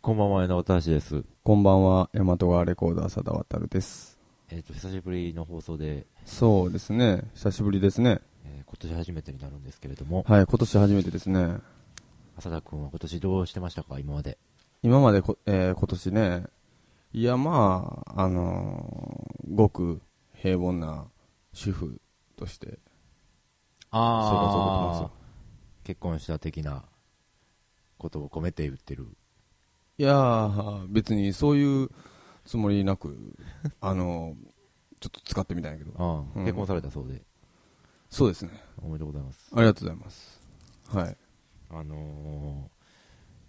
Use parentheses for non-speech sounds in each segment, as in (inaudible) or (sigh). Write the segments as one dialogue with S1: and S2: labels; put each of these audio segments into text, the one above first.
S1: こんばんは、枝渡しです。
S2: こんばんは、大和川レコーダー佐田渡です。
S1: えっ、と、久しぶりの放送で、
S2: そうですね、久しぶりですね。
S1: えー今年初めてになるんですけれども、
S2: はい、今年初めてですね。
S1: 浅田くんは今年どうしてましたか、今まで。
S2: 今までこ、えー今年ね、いやまあ、あのーごく平凡な主婦として生活を送ってます
S1: あ。
S2: よ
S1: 結婚した的なことを込めて言ってる。
S2: いやー、別にそういうつもりなく、あのーちょっと使ってみたんやけど。
S1: ああ
S2: うん
S1: 結婚されたそうで、
S2: そうですね。
S1: おめでとうございます。
S2: ありがとうございます。はい。
S1: あのー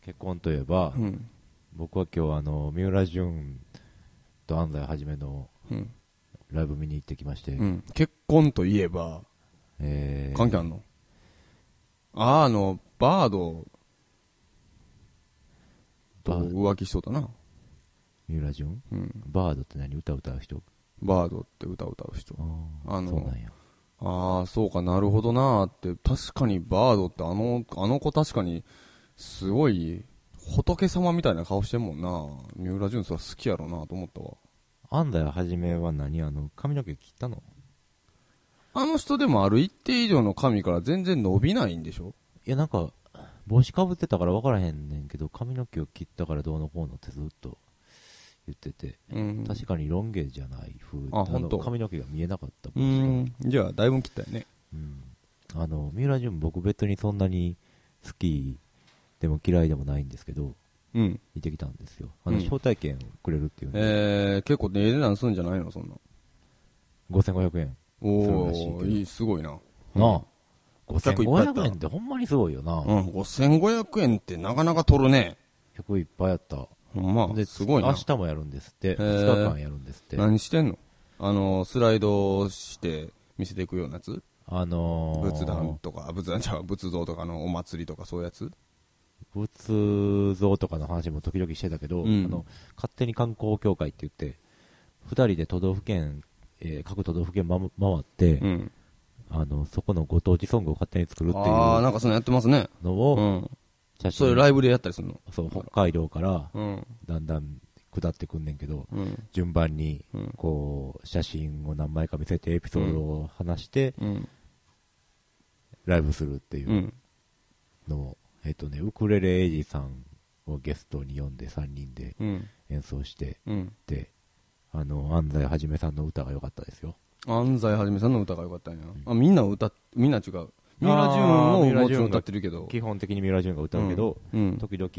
S1: 結婚といえば、
S2: うん。
S1: 僕は今日、あの三浦淳と安西はじめの
S2: うん。
S1: ライブ見に行ってきまして、
S2: うん。結婚といえば、
S1: えー
S2: 関係あんのあーあの、バードと
S1: バー
S2: 浮気しとったな。
S1: 三浦淳
S2: うん。
S1: バードって何歌歌う人
S2: バードって歌歌う人。
S1: あ
S2: あ
S1: の
S2: の
S1: そうなんや。
S2: ああ、そうかなるほどなーって。確かにバードってあの、あの子確かに、すごい、仏様みたいな顔してんもんな。三浦淳さん好きやろなと思ったわ。
S1: 安西はじめは何あの、髪の毛切ったの
S2: あの人でもある一定以上の髪から全然伸びないんでしょ
S1: いや、なんか、帽子かぶってたから分からへんねんけど、髪の毛を切ったからどうのこうのってずっと言ってて、
S2: うん
S1: 確かにロン毛じゃない風
S2: あ
S1: の
S2: ほんと
S1: 髪の毛が見えなかった
S2: う
S1: 帽子が
S2: ん。じゃあ、だいぶ切ったよね。
S1: うんあの、三浦淳僕別にそんなに好きでも嫌いでもないんですけど、
S2: うん。
S1: 行ってきたんですよ。あの、
S2: うん
S1: 招待券をくれるっていう、ね
S2: えー、結構値段するんじゃないのそんな。
S1: 5500円。そうらしいけ
S2: お
S1: ど
S2: おいい、すごいな。
S1: なあ。
S2: 客いっぱいあった
S1: 5500円ってほんまにすごいよな。
S2: うん、5500円ってなかなか取るね。
S1: 客いっぱいあった。
S2: ほんま、
S1: です
S2: ごい
S1: 明
S2: な。
S1: 日もやるんですって。
S2: ー
S1: 2日間やるんですって。
S2: 何してんのあの、スライドして見せていくようなやつ
S1: あのー、
S2: 仏壇とか、あ仏壇ちゃう、仏像とかのお祭りとかそういうやつ
S1: 仏像とかの話も時々してたけど、
S2: うん
S1: あの勝手に観光協会って言って、2人で都道府県、えー各都道府県まも回って、
S2: ん。
S1: あの、そこのご当地ソングを勝手に作るっていう
S2: ああ、なんかそのやってますね。
S1: の
S2: う
S1: を、
S2: ん。
S1: 写
S2: そうい
S1: 真
S2: うライブでやったりするの
S1: そう北海道から
S2: うん。
S1: だんだん下ってくんねんけど、
S2: うん。
S1: 順番に
S2: う、ん
S1: こう、写真を何枚か見せて、エピソードを話して、
S2: うん。。
S1: ライブするっていううんのを、えっとね、ウクレレエイジさんをゲストに呼んで3人で
S2: うん。
S1: 演奏して
S2: うん。
S1: て、あの、安西はじめさんの歌が良かったですよ。
S2: 安西はじめさんの歌が良かったんや。あ、みんな歌っ、みんな違う。三浦淳
S1: あー
S2: も
S1: 三浦
S2: もち
S1: 淳
S2: ろ
S1: が
S2: ん歌ってるけど。
S1: 基本的に三浦淳が歌うけど、
S2: うん。
S1: 時々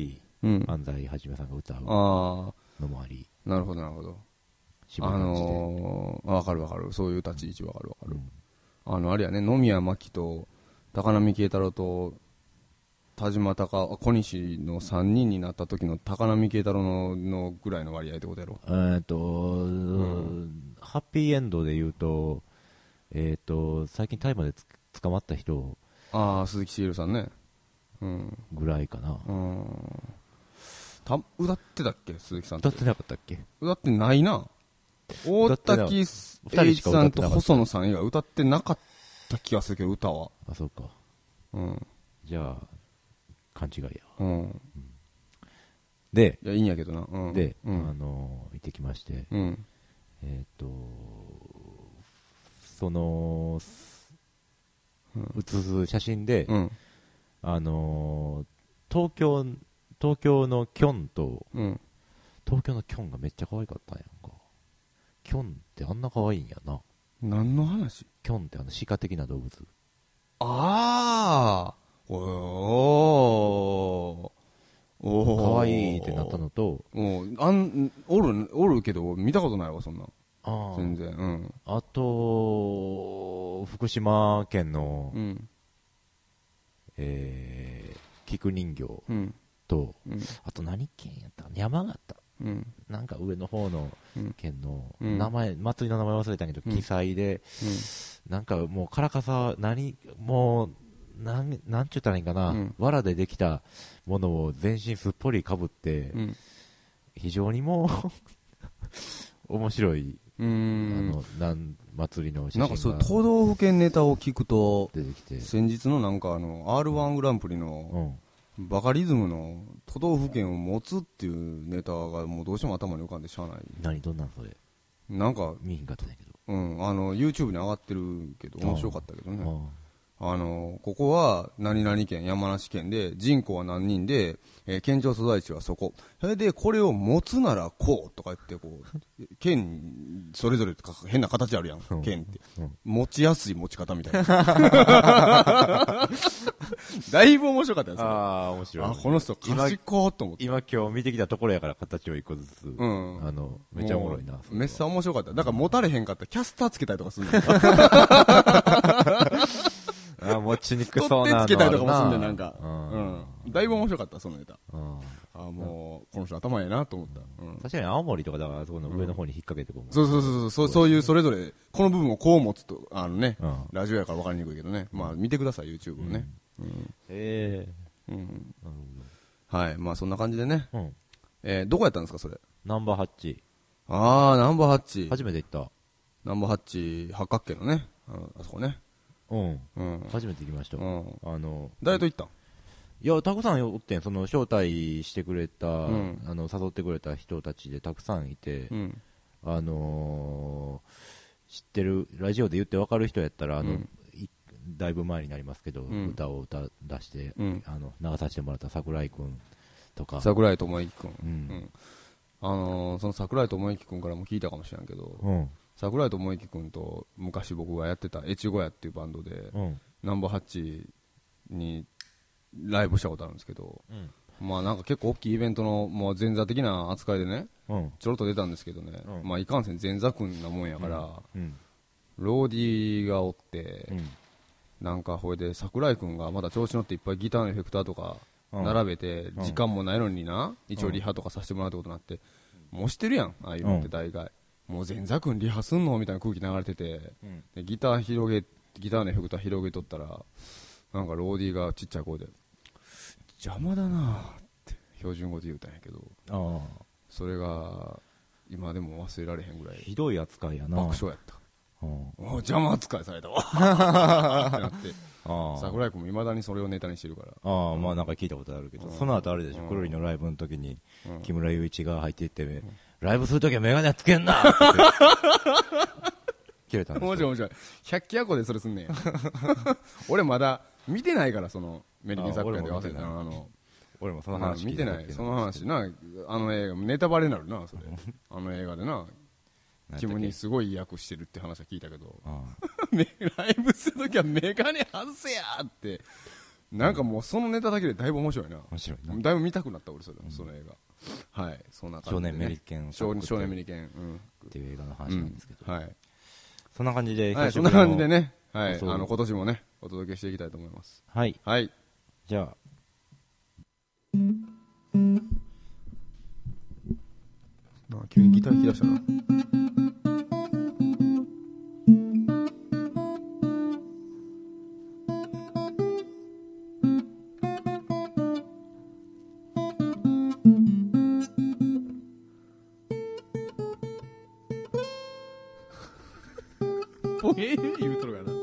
S2: うん。あ
S1: 安西はじめさんが歌う
S2: あ
S1: のもあり、
S2: ー、なるほど、なるほど。
S1: 渋い
S2: あ
S1: 感じで。
S2: のー、わかるわかる。そういう立ち位置わかるわか
S1: う
S2: る。
S1: ん
S2: あの、あれやね、野宮真紀と、高波慶太郎と、田島隆、あ小西の3人になった時の高波慶太郎ののぐらいの割合ってことやろ。
S1: えーっと、ハッピーエンドで言うと、えーっと、最近大麻でつ捕まった人
S2: ああ、鈴木茂さんね。うん。
S1: ぐらいかな。
S2: うん。た、歌ってたっけ鈴木さんって
S1: 歌っ。てなかったっけ
S2: 歌ってないな。大滝栄
S1: てない
S2: 一さんと細野さん以外歌ってなかった気がするけど、歌は。
S1: あ、そうか。
S2: うん。
S1: じゃあ、勘違いやわ。
S2: うん。
S1: で、
S2: いや、いいんやけどな。うん。
S1: で、あ
S2: うん。
S1: の行ってきまして、
S2: うん。
S1: えーっ、とその、写す写真で、
S2: うん。
S1: あの東京、東京のキョンと、
S2: うん。
S1: 東京のキョンがめっちゃ可愛かったんやんか。キョンってあんな可愛いんやな。
S2: 何の話
S1: キョンってあの鹿的な動物。
S2: ああおーおー
S1: 可愛いってなった。のと、
S2: おあん、おる、おるけど、見たことないわ、そんな。
S1: あ
S2: 全然。うん。
S1: あと、福島県の、
S2: うん。
S1: えー、菊人形
S2: うん。
S1: と、
S2: うん。
S1: あと何県やったかな山形。
S2: うん。
S1: なんか上の方の
S2: うん。
S1: 県の、
S2: うん
S1: 名前、祭りの名前忘れたけど、
S2: うん
S1: 記載で、なんかもうカラカサ、何、もう、なん、なんちゅったらいいんかな、
S2: うん
S1: 藁でできたものを全身すっぽりかぶって、
S2: うん。
S1: 非常にもう、 (laughs) 面白い、
S2: う
S1: あ
S2: ん。
S1: の、なん、祭りの写
S2: なんかそ
S1: 真
S2: う、
S1: が
S2: 都道府県ネタを聞くと、
S1: 出てきて、
S2: 先日のなんかあの、R1 グランプリ
S1: う
S2: の
S1: ん。
S2: バカリズムの都道府県を持つっていうネタがもうどうしても頭に浮かんでしゃあない。
S1: 何どんなんそれ
S2: なんか、
S1: 見えへんかったんやけど、
S2: うん、あの、YouTube に上がってるけど、面白かったけどね。
S1: あ
S2: あの、ここは、何々県、山梨県で、人口は何人で、えー県庁所在地はそこ。それで、これを持つならこうとか言って、こう、県、それぞれとか変な形あるやん
S1: うん、
S2: 県って
S1: うん。
S2: 持ちやすい持ち方みたいな。 (laughs) だいぶ面白かったですよ。
S1: あー面白い
S2: あ、この人、賢いと思って。
S1: 今今日見てきたところやから形を一個ずつ、
S2: ん
S1: あのめっちゃおもろいな
S2: う
S1: それは
S2: めっさ面白かった。だから持たれへんかったらキャスターつけたりとかするんだよ
S1: あ持ちにく
S2: 取
S1: そうなの
S2: っ手つけたりとかもするん
S1: あ
S2: だよ、なん
S1: る
S2: か。
S1: うん
S2: うん。だいぶ面白かった、そのネタ。
S1: うん
S2: あもう、この人頭ええなと思った。うん。
S1: 確かに青森とかだからそこの上の方に引っ掛けてこう、
S2: そうそうそうそう、そういうそれぞれ、この部分をこう持つと、あのね
S1: うん、
S2: ラジオやから分かりにくいけどね。まあ見てください、YouTube をね。
S1: え
S2: う
S1: え
S2: ん。
S1: なる
S2: はい。まあそんな感じでね。
S1: ほどうん
S2: えー、どこやったんですか、それ。
S1: ナンバーハッチ
S2: あー、ナンバーハッチ。
S1: 初めて行った
S2: ナンバーハッチ、八角形のね。あのあそこね。
S1: うん
S2: うん。
S1: 初めて行きました、
S2: うん。
S1: あの
S2: 誰と行ったん
S1: いやたくさんおってんその招待してくれた、
S2: ん
S1: あの誘ってくれた人たちでたくさんいて、
S2: うん。
S1: あのー知ってるラジオで言って分かる人やったらあの、
S2: うん
S1: いだいぶ前になりますけど、
S2: ん
S1: 歌を歌出して、
S2: うん
S1: あの流させてもらった桜井君とか、
S2: 桜井智之君。
S1: うん
S2: あのー、その桜井智之君からも聞いたかもしれんけど、
S1: うん
S2: 桜井智之君と昔僕がやってた越後屋っていうバンドで、
S1: うん
S2: ナンバーハッチにライブしたことあるんですけど、
S1: うん
S2: まあなんか結構大きいイベントのもう前座的な扱いでね、
S1: うん
S2: ちょろっと出たんですけどね、
S1: うん
S2: まあいかんせん前座君なもんやから、
S1: うん
S2: ローディーがおって、
S1: うん
S2: なんかほいで桜井君がまだ調子乗っていっぱいギターのエフェクターとか
S1: うん
S2: 並べて、
S1: ん
S2: 時間もないのにな、一応リハとかさせてもらうってことになって、もうしてるやん、ああいうのっ
S1: う
S2: て
S1: ん
S2: 大概。もう前座君リハすんのみたいな空気流れてて、
S1: うん
S2: でギター広げギターのエフェクター広げとったらなんかローディーがちっちゃい声で邪魔だなって標準語で言うたんやけど
S1: あ
S2: それが今でも忘れられへんぐら
S1: あ
S2: い
S1: ひどい扱いやな
S2: 爆笑やった
S1: うん
S2: お邪魔扱いされたわ
S1: (laughs)
S2: ってなって
S1: ああ
S2: 桜井君もいまだにそれをネタにしてるから
S1: ああまあなんか聞いたことあるけど、その後あれでしょ、
S2: うん
S1: くるりのライブの時に
S2: うん
S1: 木村雄一が入っていって、ライブする時はメガネつけんなって切れたんです
S2: 面
S1: よ
S2: 白い面白い百鬼夜行でそれ
S1: (laughs)
S2: すんねん俺まだ見てないからそのメリケン作家で合わせた
S1: あ
S2: のあの
S1: 俺もその話聞
S2: 見
S1: い
S2: て
S1: ただ
S2: な
S1: け
S2: いその話なあの映画ネタバレになるなそれあの映画で
S1: 何やっ
S2: な
S1: たっけ
S2: キムにすごい役してるって話は聞いたけど
S1: あ
S2: め (laughs) ライブするときはメガネ外せやーってなんかもうそのネタだけでだいぶ面白いな
S1: 面白いな
S2: だいぶ見たくなった俺それ、その映画はいそんな感じで、ね、
S1: 少年メリケン
S2: 少少年メリケンうん
S1: っていう映画の話なんですけど、
S2: うんはい、
S1: そんな感じで
S2: は
S1: 久
S2: い、
S1: し
S2: そん
S1: ぶ
S2: な
S1: りの
S2: 感じでね、はい、あ
S1: そう
S2: の今年もねお届けしていきたいと思います
S1: はい
S2: はい
S1: じゃあ
S2: あ急にギター弾き出 (laughs) したなボケー言うとるからな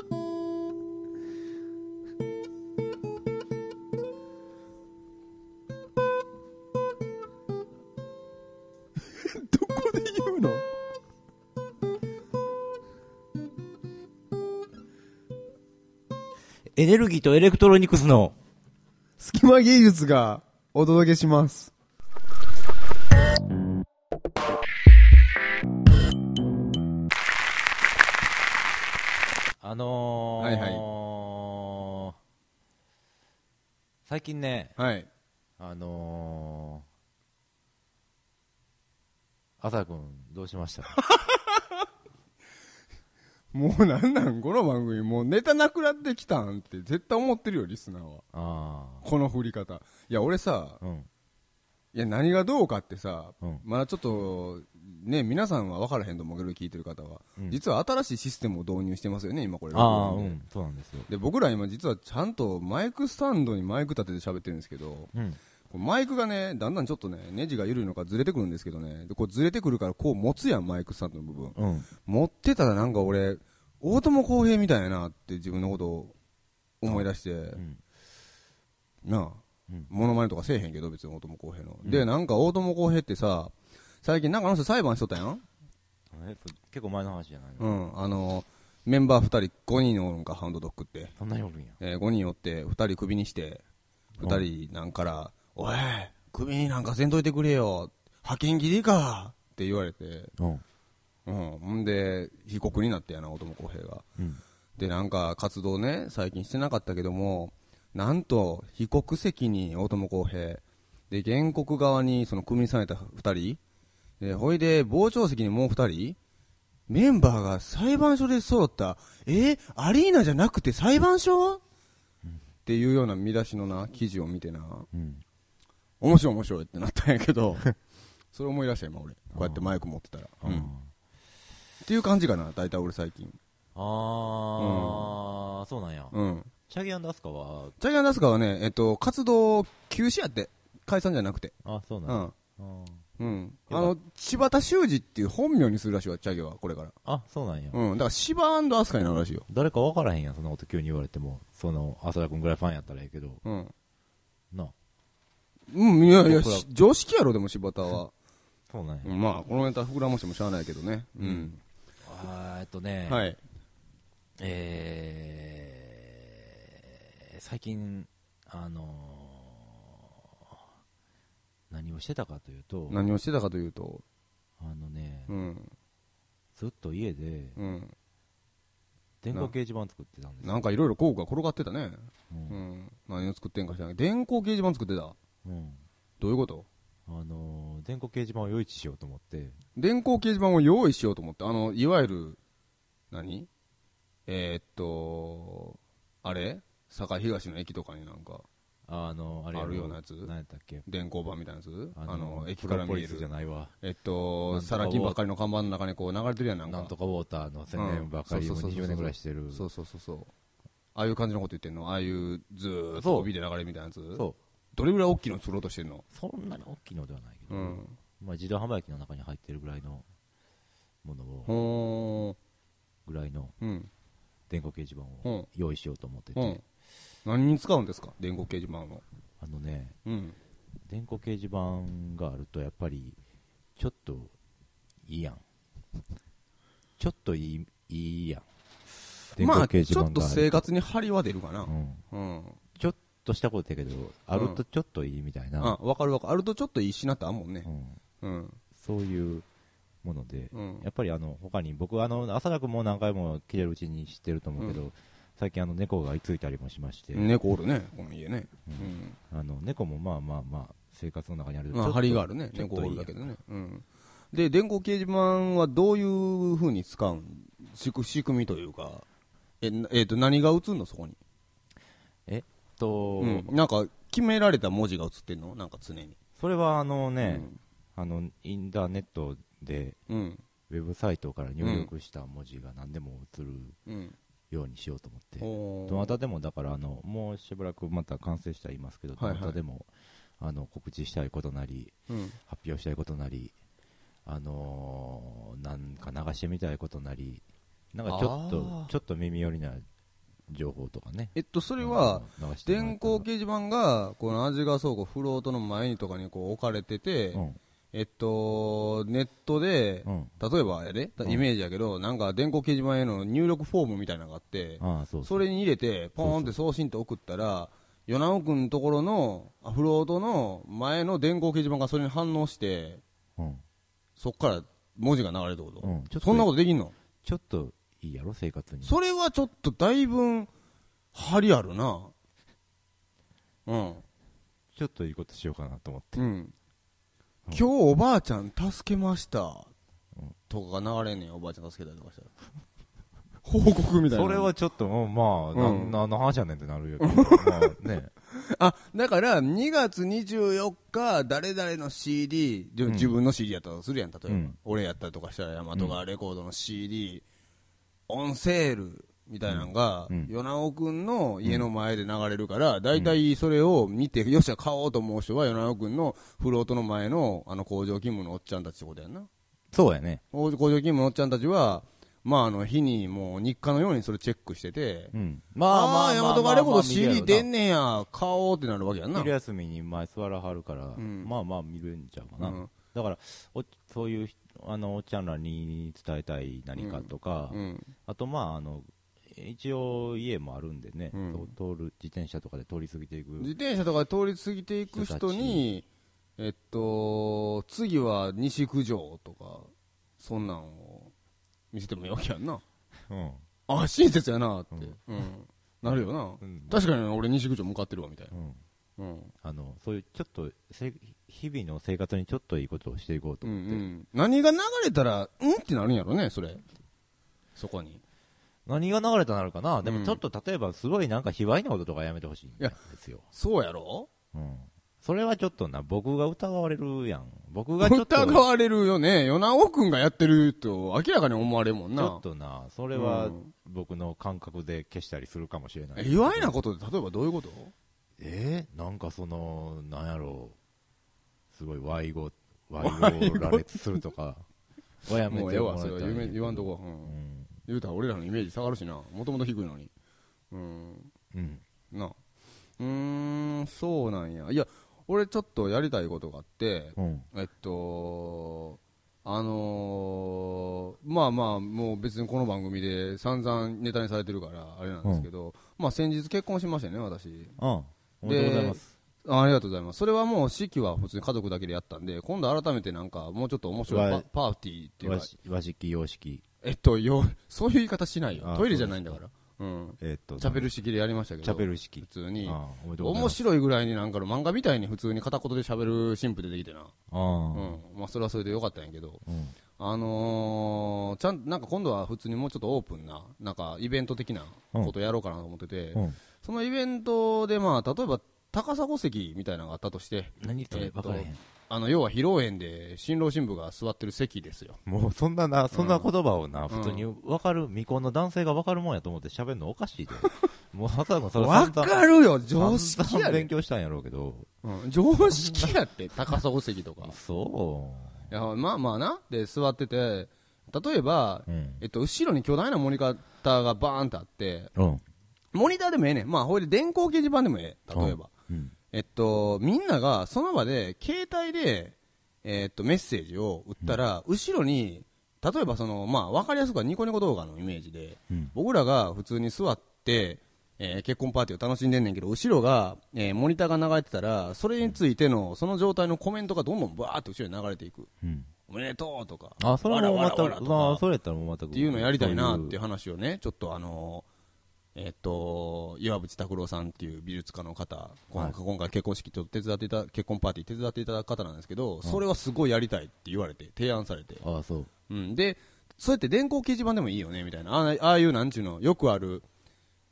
S2: どこで言うの (laughs)
S1: エネルギーとエレクトロニクスの
S2: 隙間芸術がお届けします。
S1: あのー
S2: はい
S1: 最近ね
S2: はい。
S1: あのー、朝君どうしま (laughs) した
S2: もうなんなんこの番組もうネタなくなってきたんって絶対思ってるよ、リスナーは。
S1: あ
S2: この振り方。いや、俺さ
S1: あ、うん
S2: いや、何がどうかってさ、
S1: うん
S2: まだちょっと、ね、皆さんは分からへんと思うけど、聞いてる方は。
S1: うん
S2: 実は新しいシステムを導入してますよね、今これ。
S1: ああうんそうなんですよ
S2: で、僕ら今実はちゃんとマイクスタンドにマイク立てて喋ってるんですけど、
S1: うん
S2: こうマイクがね、だんだんちょっとね、ネジが緩いのかずれてくるんですけどね、でこうずれてくるからこう持つやん、マイクスタンドの部分。
S1: うん
S2: 持ってたらなんか俺、大友康平みたいやなって自分のことを思い出して、
S1: うん
S2: なあ、
S1: うん
S2: モノマネとかせえへんけど、別に大友康平の。で、なんか大友康平ってさ、最近なんかあの人裁判しとったやん
S1: え結構前の話じゃないの、
S2: うん、あの、メンバー2人、5人おるんか、ハウンドドッグって。
S1: そんなにおるんや。
S2: えー5人おって、2人クビにして、2人なんから、おい、クビになんかせんといてくれよ、派遣切りかって言われて、
S1: うん。
S2: うん、ほんで、被告になってやな、大友康平が。
S1: うん。
S2: で、なんか活動ね、最近してなかったけども、なんと、被告席に大友康平、で、原告側にその組みされた2人、で、ほいで、傍聴席にもう2人、メンバーが裁判所で揃った、えーアリーナじゃなくて裁判所っていうような見出しのな、記事を見てな、
S1: うん。
S2: 面白い面白いってなったんやけ (laughs) ど、それ思い出した今俺。こうやってマイク持ってたら。うん。っていう感じかな、大体俺最近。
S1: あー、そうなんや。
S2: うん。
S1: シャギアンダスカは、
S2: ジャイアンダスカはね、えっと、活動休止やって、解散じゃなくて。
S1: あ、そう
S2: う
S1: なんや。う
S2: ん。
S1: ん
S2: うん。あの、柴田修二っていう本名にするらしいわ、チャゲは、これから。
S1: あ、そうなんや。
S2: うん。だから、柴アスカになるらしいよ。
S1: 誰か分からへんやん、そんなこと急に言われても。その、浅田君ぐらいファンやったらええけど。
S2: うん。
S1: なあ
S2: うん、いやいや、
S1: 僕ら
S2: し常識やろ、でも柴田 (laughs) は。
S1: そうなんや。
S2: うんまあ、このネタ膨らましてもしゃあないけどね。うん。
S1: あーえっとね、
S2: はい。
S1: えー、最近、あのー、何をしてたかというと、
S2: 何をしてたかというと、
S1: あのね、
S2: うん。
S1: ずっと家で
S2: うん。
S1: 電光掲示板作ってたんですよ。
S2: なんかいろいろ工具が転がってたね。
S1: う
S2: うんん。何を作ってんか知らない。電光掲示板作ってた。
S1: うん
S2: どういうこと
S1: あのー電光掲示板を用意しようと思って、
S2: 電光掲示板を用意しようと思って、あの、いわゆる、何えーっと、あれ堺東の駅とかになんか、
S1: あのーあれやろ
S2: あるようなやつ
S1: 何やったっけ
S2: 電光板みたいなやつあの、
S1: ー
S2: 駅から
S1: プロポ
S2: 見え
S1: リスじゃ
S2: る。
S1: ないわ。
S2: えっと、
S1: なんとか
S2: サラ金ばっかりの看板の中にこう流れてるやん、なんか。
S1: なんとかウォーターの宣伝ばかり
S2: う
S1: を
S2: んそうそうそうそう
S1: 20年ぐらいしてる。
S2: そうそうそうそう。ああいう感じのこと言ってんのああいう、ずーっと帯で流れるみたいなやつ
S1: そう。
S2: どれぐらい大きいの作ろうとしてんの
S1: そんなに大きいのではないけど、
S2: うん。
S1: まあ、自動販売機の中に入ってるぐらいのものを、
S2: ほ
S1: ぐらいの
S2: ーん。うん。
S1: 電光掲示板を
S2: うん
S1: 用意しようと思ってて、
S2: うん。何に使うんですか電光掲示板を。
S1: あのね、
S2: うん。
S1: 電光掲示板があると、やっぱりちょっといいやん。ちょっといいいいやん。電
S2: ま
S1: 光
S2: あ、
S1: 掲
S2: ち
S1: 示
S2: ょ
S1: 板
S2: っと
S1: があ
S2: 生
S1: ると。
S2: 活に張りは出るかな
S1: う。ん
S2: うん。
S1: ちょっとしたことやけど、あるとちょっといいみたい
S2: あ
S1: な、、
S2: わかるわかる。あるとちょっといいしなってあんもんね
S1: う。ん
S2: うん。
S1: そういうもので、
S2: うん
S1: や。っぱりあの他に僕、あの浅田君も何回も切れるうちに知ってると思うけど、最近、あの猫が居ついたりもしまして、
S2: 猫おるね、この家ね。
S1: う
S2: うん。
S1: あの猫もまあまあまあ、生活の中にあるけど
S2: ま
S1: ちょ
S2: あ、
S1: っと
S2: 張りがあるね。
S1: ちょっ
S2: 猫
S1: と
S2: お
S1: い
S2: る
S1: いや
S2: だ
S1: ん
S2: けでね。うん。で、電光掲示板はどういうふうに使うん仕組仕組みというか、え、なえっと、何が映んのそこに。
S1: と、
S2: うん。なんか、決められた文字が映ってんのなんか常に。
S1: それはあのね、あのインターネットで
S2: うん。うん。
S1: ウェブサイトから入力した文字が何でも映る
S2: うん。
S1: ようにしようと思って、
S2: お
S1: どな
S2: ー
S1: たでもだからあのもうしばらくまた完成してはいますけど、
S2: はいはい
S1: どなたでもあの告知したいことなり
S2: うん。
S1: 発表したいことなりあのーなんか流してみたいことなりなんかちょっ
S2: あ
S1: と
S2: ー
S1: ちょっと耳寄りな情報とかね
S2: えっと、それは、
S1: あの流してもら
S2: 電
S1: えたら
S2: 光掲示板が、この味が倉庫フロートの前にとかにこう置かれてて、えっと、ネットで、
S1: うん、うん、
S2: 例えばあれ
S1: うん
S2: イメージやけど、なんか電光掲示板への入力フォームみたいなのがあって、
S1: ああそう
S2: それに入れて、ポーンって送信って送ったら、与那尾君のところのアフロードの前の電光掲示板がそれに反応して、
S1: うん、
S2: そっから文字が流れるってこと、
S1: うんちょっと
S2: そんなことできんの
S1: ちょっといいやろ生活に
S2: それはちょっとだいぶ、張りあるな。うん。
S1: ちょっといいことしようかなと思って。
S2: うん、今日おばあちゃん助けました、
S1: うん
S2: とかが流れんねんおばあちゃん助けたりと
S1: (laughs)
S2: かしたら報告みたいな
S1: それはちょっと、うんまあ、な
S2: うん
S1: な、あの話やねんってなるよ。
S2: (laughs)
S1: まあね。
S2: あだから2月24日誰々の CD で
S1: うん
S2: 自分の CD やったとするやん例えば、
S1: うん
S2: 俺やったりとかしたらヤマトがレコードの CD、オンセールみたいなのが、
S1: うん
S2: 与那尾君の家の前で流れるから、大体それを見て、よっしゃ、買おうと思う人は、与那尾君のフロートの前のあの工場勤務のおっちゃんたちってことやんな。
S1: そうやね。
S2: 工場勤務のおっちゃんたちは、まあ、あの、日にもう日課のようにそれチェックしてて、
S1: うん、
S2: ああー、大和ガレコ
S1: 見る
S2: ド CD
S1: よな
S2: 出んねや、買おうってなるわけやんな
S1: 昼。休みに前座らはるから、
S2: ん
S1: まあまあ見るんちゃうかな、
S2: うん
S1: だからおそういうひあのおっちゃんらに伝えたい何かとか、
S2: うん。
S1: あとまああの一応家もあるんでね、
S2: うん
S1: そう通る自転車とかで通り過ぎていく
S2: 自転車とか通り過ぎていく人に、えっと、次は西九条とか、そんなんを見せてもいいわけやんな。
S1: うん
S2: あ、親切やなって。うん。なるよな
S1: うん。
S2: 確かに俺西九条向かってるわ、みたいな
S1: う。ん
S2: うん。
S1: あのそういうちょっとせ日々の生活にちょっといいことをしていこうと
S2: うんう
S1: 思って、
S2: ん。何が流れたら、うんってなるんやろね、それ。そこに。
S1: 何が流れたなるかなで
S2: うん
S1: もちょっと例えばすごいなんか卑猥なこととかやめてほしいん
S2: や
S1: ですよ、
S2: そうやろ
S1: うん、それはちょっとな僕が疑われるやん僕がちょっと
S2: 疑われるよね。与那尾くんがやってると明らかに思われるもん
S1: ちょ
S2: な
S1: っ。とな、それ
S2: う
S1: は
S2: ん
S1: 僕の感覚で消したりするかもしれない。
S2: え意外なことで例えばどういうこと
S1: えーなんかその、なんやろう、すごい賄賂、賄賂を羅列するとか、はやめ
S2: もう
S1: て
S2: ええ
S1: もら
S2: わ、
S1: いた
S2: そ
S1: い
S2: れは言め言わんとこ。う。
S1: うんん。
S2: 言うたら俺らのイメージ下がるしな。もともと低いのに。うん。
S1: うん。
S2: なあうーん、そうなんや。いや、俺ちょっとやりたいことがあって、
S1: うん。
S2: えっと、あのーまあまあ、もう別にこの番組で散々ネタにされてるから、あれなんですけど、まあ先日結婚しましてね、私。
S1: あおめでとうございます。
S2: あありがとうございます。それはもう式は普通に家族だけでやったんで、今度改めてなんか、もうちょっと面白いパ
S1: わ
S2: パーティーっていう
S1: 和
S2: か、
S1: 式、和式、洋式、
S2: えっと、よ、そういう言い方しないよ。
S1: あ
S2: トイレじゃないんだから。うん。
S1: えーっと、
S2: チャペル式でやりましたけど。
S1: チャペル
S2: 普
S1: 式。
S2: 通に。
S1: あおめでとうござい
S2: 面
S1: ます。
S2: 白いぐらいになんかの漫画みたいに普通に片言で喋る神父出てきてな。う
S1: あ
S2: ん。まあそれはそれでよかったんやけど。
S1: あ。うん。
S2: あのー、ちゃん、なんか今度は普通にもうちょっとオープンな、なんかイベント的なことやろうかなと思ってて、
S1: うん。
S2: そのイベントでまあ、例えば高砂席みたいなのがあったとして、
S1: 何そ
S2: え
S1: れ、
S2: ーっと
S1: 分からへん。
S2: あの要は披露宴で新郎新婦が座ってる席ですよ。
S1: もうそんなな、そんな言葉をな、
S2: ん
S1: 普通に分かる、未婚の男性が分かるもんやと思って喋るのおか
S2: (laughs)
S1: しいで。もう、はさこそれ
S2: わ
S1: 散々
S2: かるよ、常識
S1: 散々
S2: やで
S1: 勉。強したんやろうけど。
S2: うん (laughs) 常識やって、高砂席とか。
S1: そ
S2: いや、まあまあな。で、座ってて、例えば
S1: う。う、ん。
S2: えっと、後ろに巨大なモニターがバーンとあって、
S1: うん。
S2: モニターでもええねん。まあ、ほいで電光掲示板でもええ。例えば。
S1: うん。
S2: えっと、みんながその場で携帯で、えっと、メッセージを打ったら、後ろに、例えばその、まあ、わかりやすくはニコニコ動画のイメージで、
S1: うん。
S2: 僕らが普通に座って、えー結婚パーティーを楽しんでんねんけど、後ろが、えーモニターが流れてたら、それについての、その状態のコメントがどんどんバーって後ろに流れていく。
S1: うん。
S2: おめでとうとか。
S1: あ、それはもう
S2: わら
S1: また、
S2: わらわ
S1: ま
S2: らとか
S1: あ、それやったらもう全く。
S2: っていうのやりたいなってい
S1: う。
S2: う話をね、ちょっとあのー、えっと、岩渕拓郎さんっていう美術家の方、こ
S1: はい
S2: の今回結婚式ちょっと手伝っていた、結婚パーティー手伝っていただく方なんですけど、それはすごいやりたいって言われて、提案されて。
S1: ああ、そう。
S2: うん、で、そうやって電光掲示板でもいいよね、みたいな。ああああいう、なんちゅうの、よくある、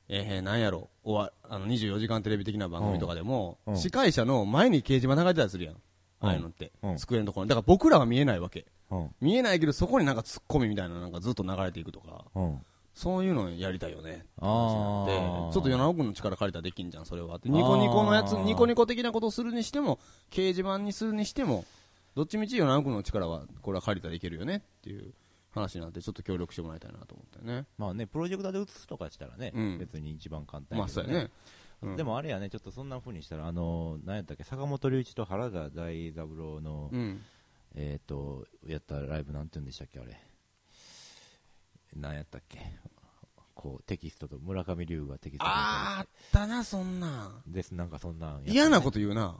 S2: えー、なんやろ、おわあの24時間テレビ的な番組とかでも、
S1: うんうん
S2: 司会者の前に掲示板流れてたりするやん。ああいうのって、
S1: うん
S2: 机のところに。だから僕らは見えないわけ。
S1: うん。
S2: 見えないけど、そこになんか突っ込みみたいな、なんかずっと流れていくとか、
S1: うん。
S2: そういうのやりたいよね。
S1: あ
S2: で、ちょ
S1: あ。
S2: っと
S1: な。
S2: 米子君の力借りたらできんじゃん、それは。でニコニコのやつ、
S1: あー
S2: ニコニコ的なことをするにしても、掲示板にするにしても、どっちみち米子君の力は、これは借りたらいけるよねっていう話になって、ちょっと協力してもらいたいなと思ったよ
S1: (laughs)
S2: ね。
S1: まあね、プロジェクターで映すとかしたらね
S2: うん、
S1: 別に一番簡単
S2: ま
S1: や
S2: あ、
S1: けど
S2: そうやね。うん
S1: でもあれやね、ちょっとそんな風にしたら、あの、何やったっけ、坂本龍一と原田大三郎の
S2: う、ん。
S1: えっと、やったライブなんて言うんでしたっけ、あれ。何やったっけ。こう、テキストと、村上龍がテキストと。
S2: あーあったな、そんなん。
S1: です、なんかそんなんやった
S2: 嫌なこと言う
S1: (laughs)
S2: な。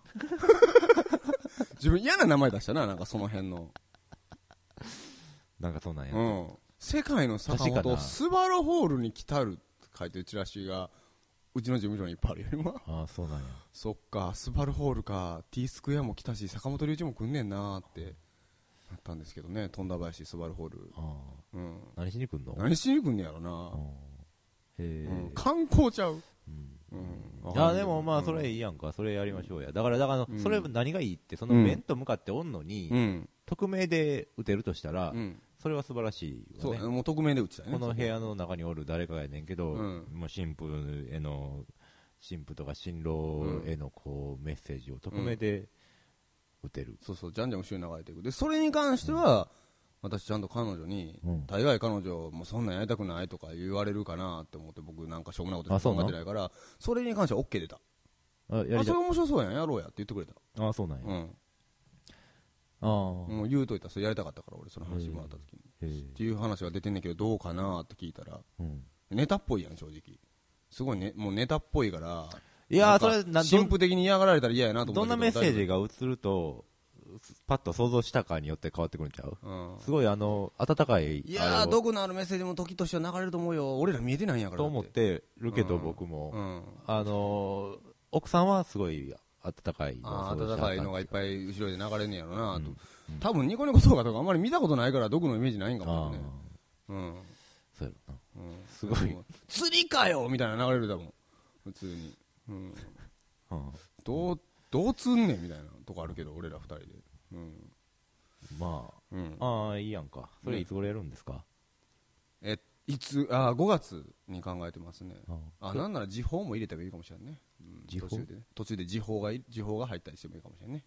S2: 自分嫌な名前出したな、なんかその辺の。
S1: なんかそんなんやった
S2: うん、世界の坂
S1: 確か
S2: 本
S1: な
S2: スバルホールに来たるって書いてるチラシがうちの事務所にいっぱいあるよ今
S1: ああ、そうなんや。
S2: そっかスバルホールか T スクエアも来たし坂本龍一も来んねんなーってなったんですけどね富田林スバルホール、
S1: ああ。
S2: うん、
S1: 何しに来んの
S2: 何しに来んねやろ
S1: あ
S2: な
S1: あ、へえ
S2: うん、観光ちゃう、
S1: うん
S2: うん、
S1: いやでもまあそれ
S2: い
S1: いいやんか、それやりましょうや、だから、だからあ
S2: う
S1: の
S2: ん
S1: それ何がいいって、その
S2: うん
S1: 面と向かっておんの
S2: う
S1: に、
S2: ん、
S1: 匿名で打てるとしたら
S2: う、ん、
S1: それは素晴らしい
S2: そ
S1: わ
S2: う
S1: ね、
S2: もう匿名で打ちたいね
S1: この部屋の中におる誰かがやねんけど、
S2: うん
S1: もう新婦への、新婦とか新郎へのこうメッセージを匿名で打てる、
S2: そうそう、じゃんじゃん後ろに流れていく。で、それに関しては、私ちゃんと彼女に、
S1: うん
S2: 大概彼女もうそんなんやりたくないとか言われるかなって思って僕なんかしょうもないことしか考えてないからそれに関しては OK 出た
S1: あや
S2: あ
S1: りた
S2: それ面白そうやんやろうやって言ってくれた、
S1: あそうなんや、
S2: うん、
S1: あー
S2: もう言うといたらそれやりたかったから俺その話もらった時に、
S1: へ
S2: っ
S1: え
S2: ていう話が出てんねんけどどうかなって聞いたら
S1: うん
S2: ネタっぽいやん正直すごい、ね、もうネタっぽいから
S1: いやー
S2: なんか
S1: それな
S2: 神父的に嫌がられたら嫌やなと
S1: ど
S2: 思
S1: ど
S2: っ
S1: ん
S2: た
S1: な
S2: け
S1: メッセージ
S2: が、
S1: が映るとパッと想像したかによって変わってくるんちゃう
S2: うん、
S1: すごいあの温かい
S2: いや
S1: あ
S2: ー
S1: れを
S2: 毒のあるメッセージも時としては流れると思うよ俺ら見えてないんやから
S1: と思っ、
S2: だ
S1: てるけど、
S2: うん
S1: 僕も、
S2: うん、
S1: あのー奥さんはすごい温かい
S2: あ
S1: の
S2: あ
S1: を想像
S2: 暖
S1: しはっ
S2: かい
S1: たん
S2: のがいっぱい後ろで流れんねやろ
S1: う
S2: なと、
S1: ん
S2: 多分ニコニコ動画とかあんまり見たことないから毒のイメージないんかも
S1: あ
S2: ね
S1: ー
S2: うん、
S1: そうやろな
S2: うん、
S1: すごい
S2: でも釣りかよみたいな流れるだもん普通に、うん、
S1: うん
S2: どうどう釣んねんみたいなとこあるけど俺ら二人でうん、
S1: ま
S2: うん、
S1: あああいいやんかそれいつ頃やるんですか、
S2: えいつあー5月に考えてますね
S1: あ
S2: あなんなら時報も入れてもいいかもしれんね、うん、
S1: 時報
S2: 途中でね途中で時報がい時報が入ったりしてもいいかもしれんね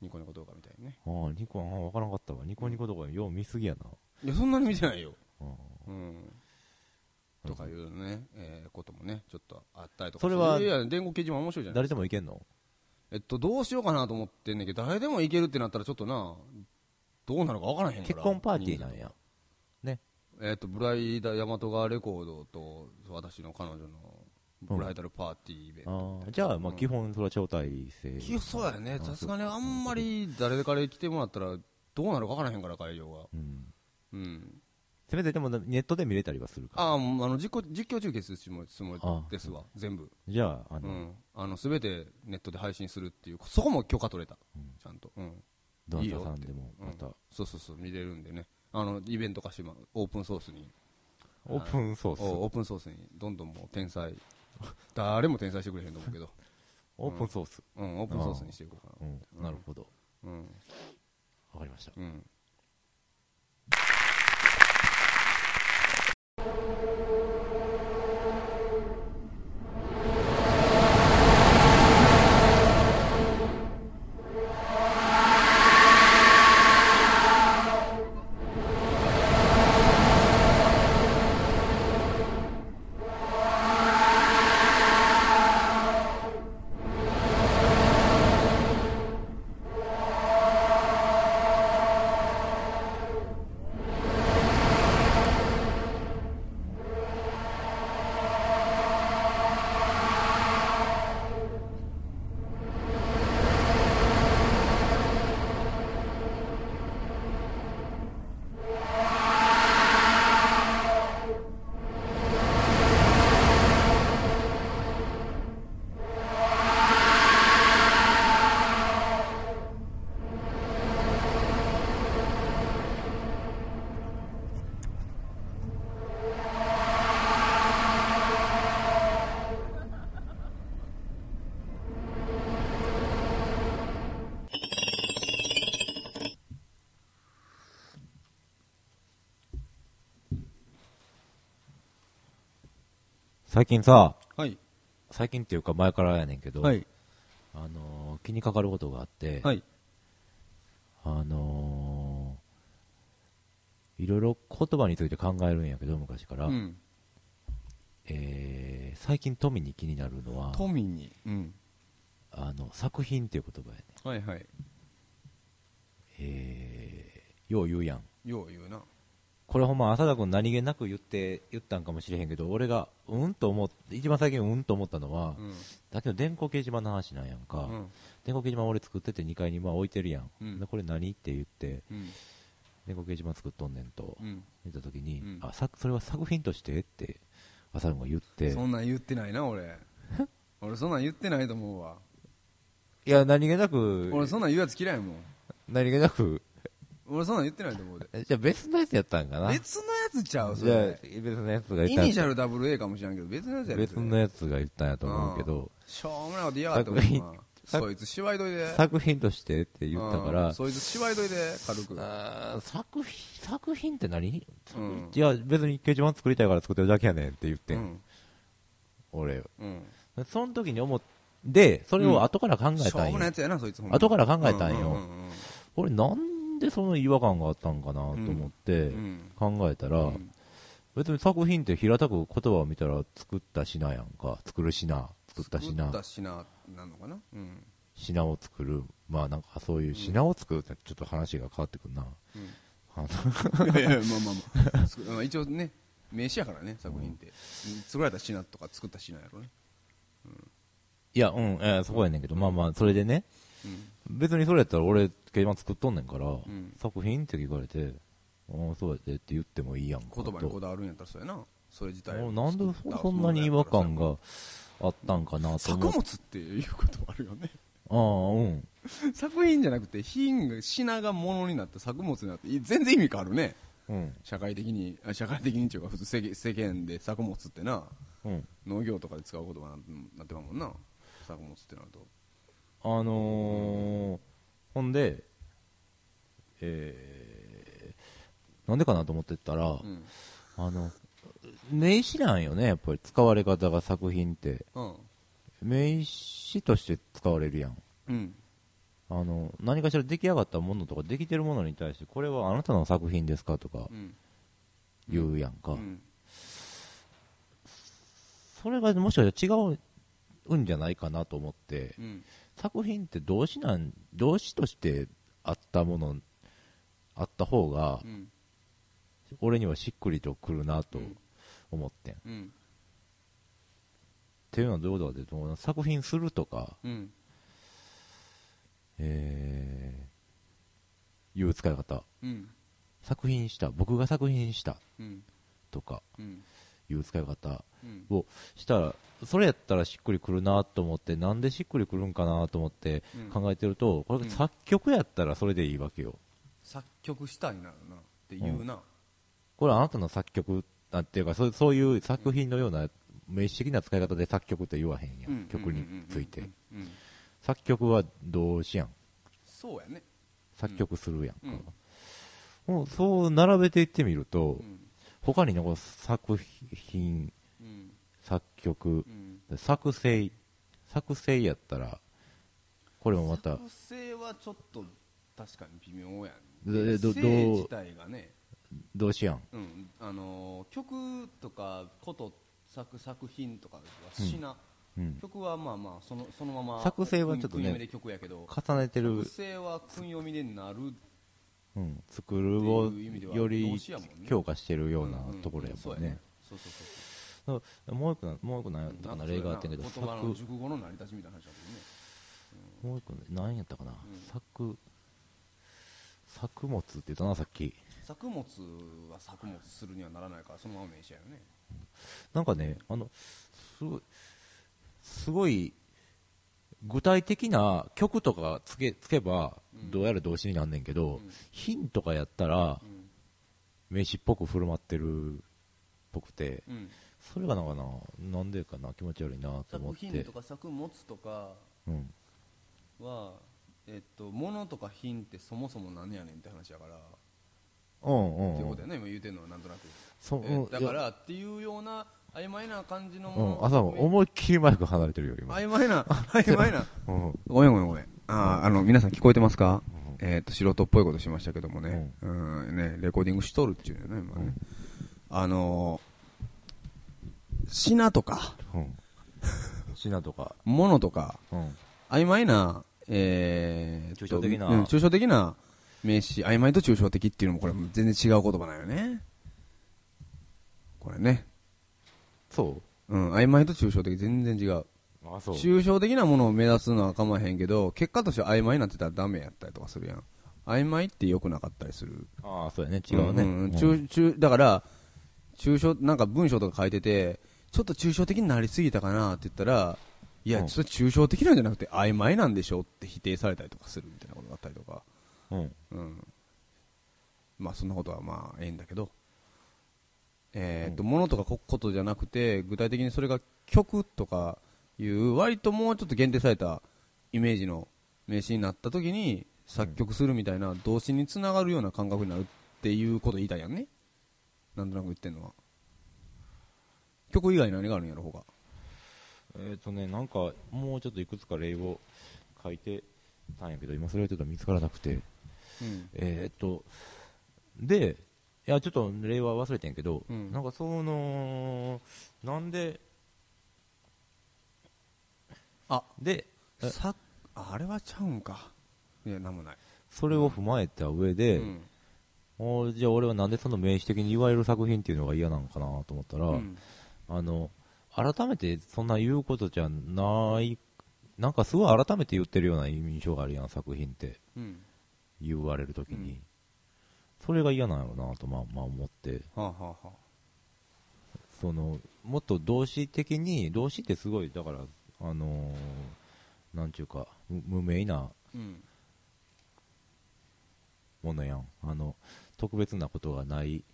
S2: ニコニコ動画みたいにね
S1: あーニコあ分からんかったわニコニコとかよう見すぎやない
S2: やそんなに見てないよ、
S1: うん
S2: うん、とかいうね、えーこともねちょっとあったりとか
S1: それはい
S2: やいや伝言掲示板面白いじゃない
S1: 誰でもいけんの
S2: えっとどうしようかなと思ってんねんけど誰でもいけるってなったらちょっとなどうなるか分からへんから
S1: 結婚パーティーなんや
S2: えっとブライダ大和川レコードと私の彼女のブライダルパーティーイベン
S1: あ
S2: ト、
S1: ーじゃあまあ
S2: うん
S1: 基本それは招待制
S2: いやそうやね
S1: あ
S2: さすがにあんまり誰から来てもらったらどうなるか分からへんから会場が
S1: うん
S2: うん
S1: せめてでもネットで見れたりはするか
S2: ああもうあの実況実況中継するつもりつもり
S1: あ
S2: ですわ全部
S1: じゃああ
S2: う
S1: の、
S2: ん、あの全てネットで配信するっていうそこも許可取れた、
S1: うん
S2: ちゃんと、うん、
S1: ど
S2: い
S1: ない
S2: よ
S1: たさ
S2: っ
S1: ん
S2: て
S1: でもまた、
S2: うんそうそうそう見れるんでねあのイベント化してまオープンソースに
S1: オープンソース
S2: おオープンソースにどんどんもう天才誰も天才してくれへんと思うけど、
S1: オープンソース、
S2: うん、オープンソースにしていこうか
S1: う
S2: なんうん
S1: なるほど
S2: うん、
S1: わかりました
S2: うん、
S1: 最近さ
S2: はい
S1: 最近っていうか前からやねんけど、
S2: はい
S1: あのー気にかかることがあって、
S2: はい
S1: あのーいろいろ言葉について考えるんやけど昔から、
S2: うん
S1: えー最近富に気になるのは
S2: 富に、うん、
S1: あの作品っていう言葉やね、
S2: はいはい
S1: えーよう言うやん
S2: よう言うな
S1: これほんま浅田君何気なく言って言ったんかもしれへんけど俺がうんと思って一番最近うんと思ったのは、
S2: うん
S1: だけど電光掲示板の話なんやんか、
S2: うん
S1: 電光掲示板俺作ってて2階にまあ置いてるやん、
S2: うん
S1: でこれ何って言って
S2: うん
S1: 電光掲示板作っとんねんと、
S2: うん
S1: 見た時に、
S2: うん
S1: あさそれは作品としてって浅野が言って
S2: そんなん言ってないな
S1: (laughs)
S2: 俺俺そんなん言ってないと思うわ
S1: いや何気なく
S2: 俺そんなん言うやつ嫌いもん
S1: 何気なく
S2: 俺そんなん言ってないと思うで
S1: えじゃあ別のやつやったんかな
S2: 別のやつちゃうそ
S1: じゃあ
S2: れ
S1: 別のやつが
S2: イ
S1: 言
S2: ニ
S1: っ
S2: シ
S1: た
S2: ャル AA かもしれんけど別のやつやで
S1: 別のやつが言ったんやと思うけど
S2: しょうもないこと言いやがってお
S1: 作品
S2: 前そいつしわいどいで
S1: 作品としてって言ったか
S2: うん
S1: ら
S2: そいつしわいどいで軽く
S1: あー作品作品って何、
S2: うん
S1: いや別に掲示板作りたいから作ってるだけやねんって言ってん、
S2: うん
S1: 俺
S2: うん
S1: その時に思ってそれを後から考え
S2: しょ
S1: た
S2: うん
S1: よ、
S2: もないやつやなそいつほんま
S1: 後から考えたんよ
S2: うんうんうん
S1: 俺なんなんでその違和感があったんかなと思って
S2: うん
S1: 考えたら、
S2: うん
S1: 別に作品って平たく言葉を見たら作った品やんか作る品作った
S2: 作った
S1: 品
S2: 品なのかな
S1: (laughs)
S2: うん
S1: 品を作るまあなんかそういう品を作るってちょっと話が変わって
S2: (laughs)
S1: くるな、
S2: うん
S1: あの
S2: いやいやまあまあまあ作まあ一応ね名詞やからね作品って、作られた品とか作った品やろね、
S1: いやうん、えーそこやねんけどまあまあそれでね別にそれやったら俺今作っとんねんから、
S2: ん
S1: 作品って聞かれてああそうやってって言ってもいいやんか
S2: 言葉にことだわるんやったらそうやなそれ自体
S1: も
S2: を
S1: うなんで
S2: 作った
S1: そんなに違和感があったんかなと
S2: 作
S1: 思っ
S2: 物っていうこともあるよね
S1: ああうん
S2: 作品じゃなくて品が品が物になって作物になってい全然意味変わるね
S1: うん
S2: 社会的にあ社会的にっていうか普通世間世間で作物ってな
S1: うん
S2: 農業とかで使う言葉にななってまうもんな作物ってなると
S1: あのー、ほんでえー、なんでかなと思ってったら、
S2: うん
S1: あの名詞なんよねやっぱり使われ方が作品って
S2: うん
S1: 名詞として使われるやん
S2: うん
S1: あの何かしら出来上がったものとかできてるものに対してこれはあなたの作品ですかとか
S2: うん
S1: 言うやんか、
S2: うん
S1: それがもしかしたら違うんじゃないかなと思って、
S2: うん
S1: 作品って動詞なん動詞としてあったものあった方が
S2: うん
S1: 俺にはしっくりとくるなと
S2: うん
S1: 思ってん、っ
S2: うん
S1: ていうのはどういうことかというと作品するとか、
S2: うん
S1: えーいう使い方
S2: うん
S1: 作品した僕が作品した
S2: うん
S1: とか
S2: うん
S1: いう使い方
S2: うん
S1: をしたらそれやったらしっくりくるなと思ってなんでしっくりくるんかなと思って
S2: うん
S1: 考えてるとこれが作曲やったらそれでいいわけよ
S2: 作曲したいなるなっていうな、
S1: これあなたの作曲なんていうかそうそういう作品のような名詞的な使い方で作曲って言わへんや
S2: うん
S1: ん曲について
S2: うんうんうん
S1: 作曲は動詞やん
S2: そうやね、
S1: 作曲するやんか
S2: うん、
S1: もうそう並べていってみると、
S2: うん
S1: 他に残す作品
S2: うん
S1: 作曲
S2: う、ん、
S1: 作成作成やったらこれもまた
S2: 作成はちょっと確かに微妙やね
S1: えどどう
S2: 性自体がね、
S1: 動詞やん
S2: うんあのー曲とかこと作作品とかは詩な、
S1: うん
S2: 曲はまあまあそのそのまま
S1: 作成はちょっとね
S2: 訓読みで曲やけど
S1: 重ねてる
S2: 作、成は訓読みでなる
S1: うん、作るを
S2: っていう意味では
S1: より
S2: 動詞やもんね
S1: 強化してるような
S2: うんうん
S1: ところや
S2: そ
S1: も
S2: うん
S1: ね
S2: そうそうそう
S1: そうもう一個なもう一個なんやったかな例があってんけど
S2: 言
S1: 作
S2: 葉の熟語の成り立ちみたいな話だ
S1: もう一個何やったかな
S2: うん
S1: 作作物って言ったなさっき
S2: もんね作物は作物するにはならないからそのまま名詞やよね
S1: なんかねあのすごいすごい具体的な曲とかつけつけば
S2: うん
S1: どうやら動詞になんねんけど、
S2: うん
S1: ヒンとかやったら
S2: うん
S1: 名詞っぽく振る舞ってるっぽくて
S2: うん
S1: それがなんかななんでかな気持ち悪いなと思っ
S2: 作
S1: て
S2: 品とか作物とか
S1: うん
S2: はえっと物とか品ってそもそも何やねんって話やからっ
S1: うんうん
S2: ていう
S1: う
S2: こ
S1: ん
S2: とやね今言うてんのはなんとなく
S1: そう
S2: え
S1: うん
S2: だからっていうような曖昧な感じの
S1: う
S2: も
S1: ん、
S2: の
S1: あそう思いっきりマイク離れてるよ、今。
S2: 曖
S1: (laughs)
S2: 昧な曖昧な
S1: うん、
S2: ごめんごめんごめん。あーあの、皆さん聞こえてますか、えっ、と、素人っぽいことしましたけどもね。うん、ね、レコーディングしとるっていうね、今ね。あのー、品とか、
S1: うん。品とか、
S2: 物とか、
S1: うん。
S2: 曖昧な、えーっと、
S1: 抽象的な
S2: うん抽象的な名詞、曖昧と抽象的っていうのもこれ全然違う言葉なんよね。これね。
S1: そ
S2: うん、曖昧と抽象的全然違う。
S1: うあ、そう。
S2: 抽象的なものを目指すのは構わへんけど結果として曖昧になってたらダメやったりとかするやん曖昧って良くなかったりする
S1: ああ、そうやね、違うね。
S2: んん
S1: うん
S2: 中中だから抽象なんか文章とか書いててちょっと抽象的になりすぎたかなって言ったらいや、
S1: うん
S2: それ抽象的なんじゃなくて曖昧なんでしょって否定されたりとかするみたいなことがあったりとか
S1: うん。
S2: うんまあそんなことはまあええんだけどえーっと、物とかこことじゃなくて具体的にそれが曲とかいう割ともうちょっと限定されたイメージの名詞になった時に作曲するみたいな動詞につながるような感覚になるっていうこと言いたいやんねなんとなく言ってんのは曲以外何があるんやろほか
S1: えっ、とね、なんか、もうちょっといくつか例を書いてたんやけど、今それはちょっと見つからなくて。
S2: うん
S1: えーっと、で、いや、ちょっと令和忘れてんけど、
S2: うん
S1: なんかその、なんで、
S2: あ
S1: で、え
S2: さあれはちゃうんかいやなんもない、
S1: それを踏まえた上で、
S2: うん
S1: おーじゃあ俺はなんでその名詞的に言われる作品っていうのが嫌なのかなと思ったら、
S2: うん
S1: あの、改めてそんな言うことじゃない、なんかすごい改めて言ってるような印象があるやん、作品って
S2: うん
S1: 言われるときに、
S2: うん
S1: それが嫌なんやろなと、まあ、まあ思って、
S2: はあ、はあはあ、
S1: その、もっと動詞的に、動詞ってすごい、だから、あのーなんちゅうか、無無名な
S2: うん
S1: ものやん。あの、特別なことがない、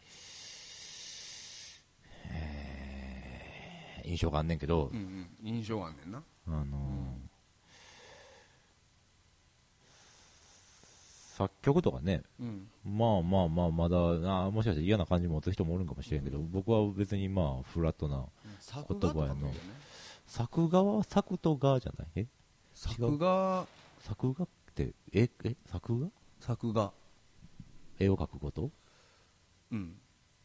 S1: えー印象があんねんけど、
S2: うんうん印象があんねんな
S1: あのー作曲とかね、
S2: うん
S1: まあまあまあ、まだ、あーもしかして嫌な感じ持つ人もおるんかもしれんけど、僕は別にまあ、フラットな、
S2: 作画とかもいいよね
S1: 作画は作と画じゃないえ
S2: 作画
S1: 作画って、え、え、作画
S2: 作画
S1: 絵を描くこと
S2: うん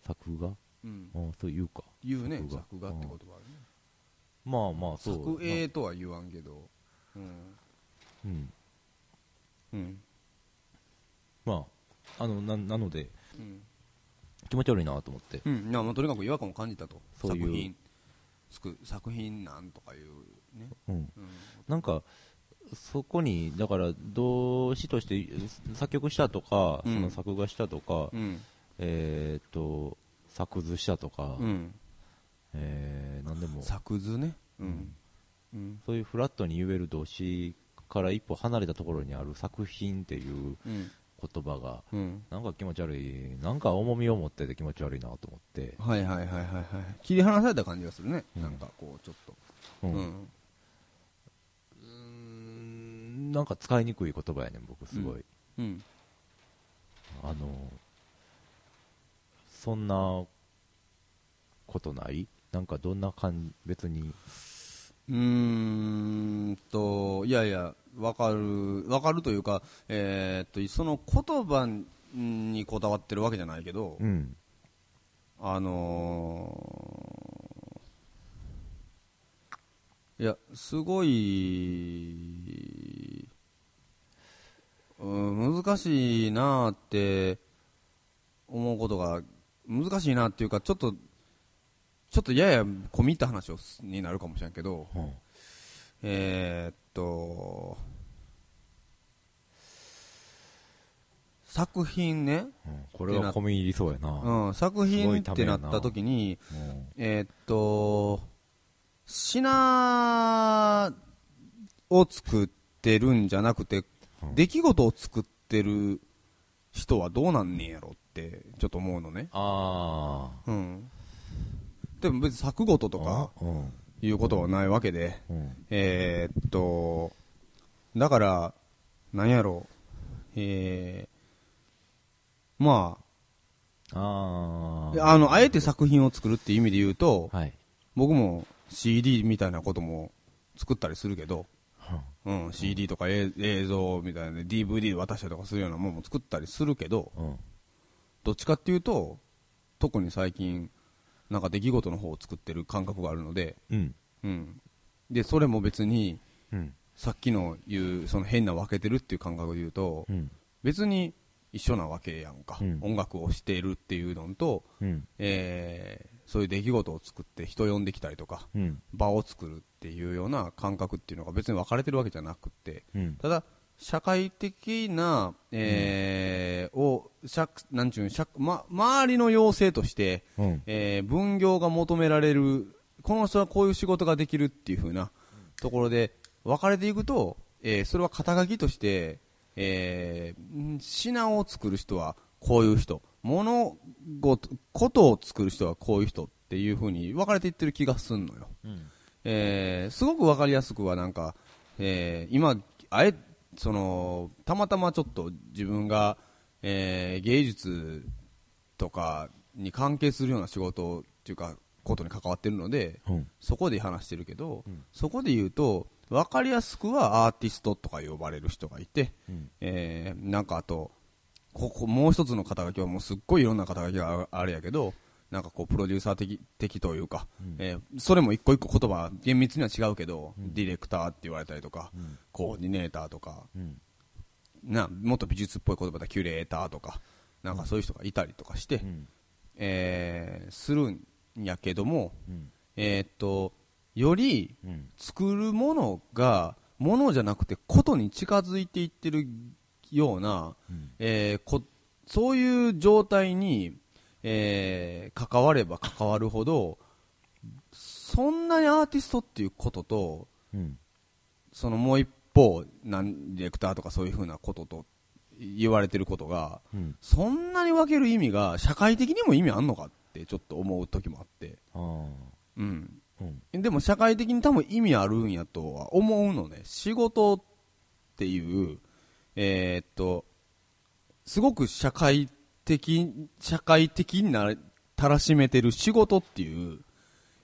S1: 作画
S2: うん
S1: ああ、そういうか。
S2: 言うね
S1: 作画
S2: 作画って言葉あるね
S1: まあまあ、そう。
S2: 作映とは言わんけどうん
S1: まあうん。
S2: うん
S1: まあ、あの、な、なので、
S2: うん
S1: 気持ち悪いなと思って。
S2: うんいやまあとにかく違和感を感じたと
S1: そういう
S2: 作品つく作品なんとかいうね
S1: うん。
S2: うん
S1: なんか、そこに、だから、動詞として、作曲したとか、
S2: うん
S1: その作画したとか、
S2: うん
S1: えーっと、作図したとか、
S2: うん
S1: えー、なんでも、
S2: 作図ねうんうん
S1: そういうフラットに言える動詞から一歩離れたところにある作品っていう
S2: うん
S1: 言葉が、
S2: うん
S1: なんか気持ち悪い、なんか重みを持ってて気持ち悪いなと思って、
S2: はいはいはいはいはい切り離された感じがするね
S1: うん
S2: なんかこうちょっと
S1: う
S2: うん
S1: ん、うんなんか使いにくい言葉やねん、僕、すごい、
S2: うん
S1: あのそんなことない、なんかどんな感じ、別に、
S2: うーんと、いやいや、わかる、わかるというか、えーっと、その言葉にこだわってるわけじゃないけど、
S1: うん、
S2: あのーいや、すごい、うん、難しいなーって思うことが、難しいなっていうか、ちょっと、ちょっとやや込み入った話をすになるかもしれんけど、
S1: うん
S2: えーっと、作品ね、
S1: うんこれは込み入りそうやな、
S2: うん、作
S1: すご
S2: 品
S1: い
S2: った
S1: め
S2: て
S1: や
S2: な
S1: な
S2: った時に、
S1: うん
S2: えーっと、品を作ってるんじゃなくて、
S1: うん
S2: 出来事を作ってる人はどうなんねんやろって、ちょっと思うのね。
S1: あ
S2: うん。でも別に作事と
S1: ー
S2: か
S1: あ、うん
S2: いうことはないわけで、
S1: うん、
S2: えーっと、だから、なんやろう、えー、ま
S1: あー
S2: あ、あの、あえて作品を作るっていう意味で言うと、
S1: はい、
S2: 僕も CD みたいなことも作ったりするけど、
S1: うん
S2: うん、CD とか映映像みたいなね DVD 渡したりとかするようなもんも作ったりするけど、
S1: うん
S2: どっちかっていうと、特に最近、なんか出来事の方を作ってる感覚があるので、
S1: うん、
S2: うん。で、それも別に、
S1: うん、
S2: さっきの言う、その変な分けてるっていう感覚で言うと、
S1: うん、
S2: 別に一緒なわけやんか、
S1: うん
S2: 音楽をしているっていうのと、
S1: うん、
S2: えーそういう出来事を作って人呼んできたりとか、
S1: うん、
S2: 場を作るっていうような感覚っていうのが別に分かれてるわけじゃなくって、
S1: うん、
S2: ただ、社会的な、えーを、社なんちゅうん社ま、周りの要請として、
S1: うん、
S2: えー分業が求められる、この人はこういう仕事ができるっていう風なところで分かれていくと、えーそれは肩書きとして、えーん品を作る人はこういう人、物事、ことを作る人はこういう人っていう風に分かれていってる気がすんのよ。
S1: うん、
S2: えーすごく分かりやすくはなんか、えー今あえそのたまたまちょっと自分が、えー芸術とかに関係するような仕事っていうかことに関わってるので
S1: うん、
S2: そこで話してるけど、
S1: うん
S2: そこで言うと分かりやすくはアーティストとか呼ばれる人がいて、
S1: うん
S2: えーなんかあとここもう一つの肩書きはもうすっごいいろんな肩書きがああれやけどなんかこうプロデューサー的的というか、
S1: うん
S2: えーそれも一個一個言葉厳密には違うけど、ディレクターって言われたりとか、
S1: うん
S2: コーディネーターとか
S1: うん
S2: なもっと美術っぽい言葉でキュレーターとかなんかそういう人がいたりとかして、
S1: うん
S2: えーするんやけども、
S1: うん
S2: えーっとより
S1: うん
S2: 作るものがものじゃなくてことに近づいていってるような、
S1: うん
S2: えーこそういう状態に、えー関われば関わるほどそんなにアーティストっていうことと
S1: うん
S2: そのもう一方なんディレクターとかそういうふうなことと言われてることが
S1: うん
S2: そんなに分ける意味が社会的にも意味あんのかってちょっと思う時もあって、
S1: あー
S2: うん、
S1: うん
S2: でも社会的に多分意味あるんやとは思うのね。仕事っていう、えーっと、すごく社会的、社会的になたらしめてる仕事っていう、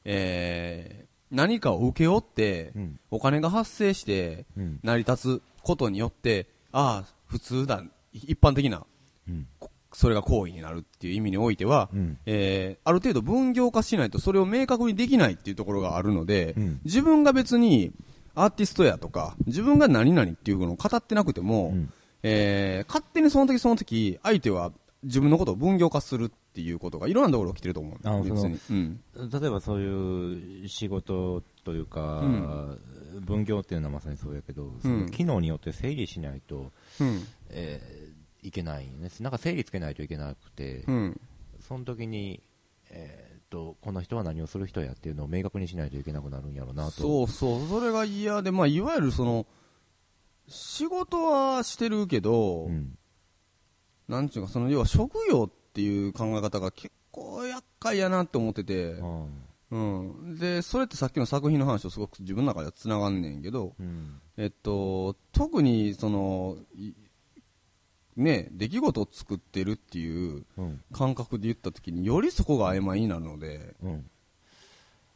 S2: えー何かを請け負って、
S1: うん
S2: お金が発生して、
S1: うん
S2: 成り立つことによって、ああ、普通だ、一般的な、
S1: うん
S2: こそれが行為になるっていう意味においては、
S1: うん
S2: えーある程度分業化しないとそれを明確にできないっていうところがあるので、
S1: うん
S2: 自分が別にアーティストやとか、自分が何々っていうのを語ってなくて
S1: う
S2: も、
S1: ん
S2: えー勝手にその時その時、相手は自分のことを分業化するっていうことがいろんなところで起きてると思
S1: あ
S2: う。
S1: そ
S2: 別
S1: の
S2: に。うん。
S1: 例えばそういう仕事というか、
S2: うん
S1: 分業っていうのはまさにそうやけど、その機能によって整理しないと、
S2: うん。
S1: えーいけないんですなんか整理つけないといけなくて、
S2: うん。
S1: その時に、えーっとこの人は何をする人やっていうのを明確にしないといけなくなるんやろうなと
S2: そうそう、それが嫌で、まあ、いわゆるその、仕事はしてるけど、
S1: ん
S2: なんちゅうか、その、要は職業っていう考え方が結構厄介やなって思ってて、
S1: あ
S2: うん。で、それってさっきの作品の話とすごく自分の中では繋がんねんけど、
S1: ーうん
S2: えっと、特に、その、いね、出来事を作ってるっていう
S1: うん
S2: 感覚で言った時によりそこが曖昧になるので、
S1: うん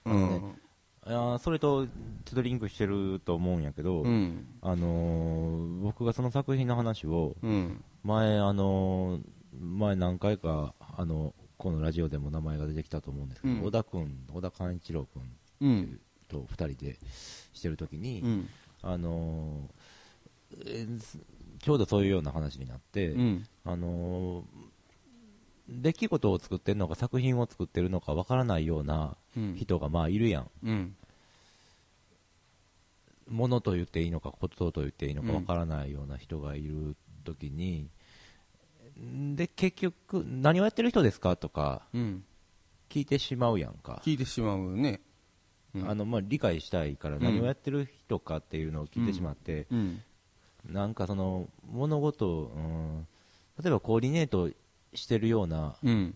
S2: うん。
S1: いやーそれとちょっとリンクしてると思うんやけど、
S2: うん。
S1: あのー僕がその作品の話を
S2: うん。
S1: 前、あのー前何回かあのこのラジオでも名前が出てきたと思うんですけど、
S2: うん
S1: 小田君小田寛一郎君
S2: うん。
S1: と2人でしてる時に、
S2: うん。
S1: あのーえーすちょうどそういうような話になって、
S2: うん。
S1: あのー出来事を作ってるのか作品を作ってるのかわからないような
S2: うん
S1: 人がまあいるやん、
S2: うん。
S1: ものと言っていいのかことと言っていいのか
S2: うん
S1: わからないような人がいる時に、んで結局何をやってる人ですかとか
S2: うん。
S1: 聞いてしまうやんか、
S2: 聞いてしまうね。うん
S1: あのまあ、理解したいから何をやってる人かっていうのを聞いてしまって、
S2: うん。
S1: なんかその物事を、うん、例えばコーディネートしてるような
S2: うん。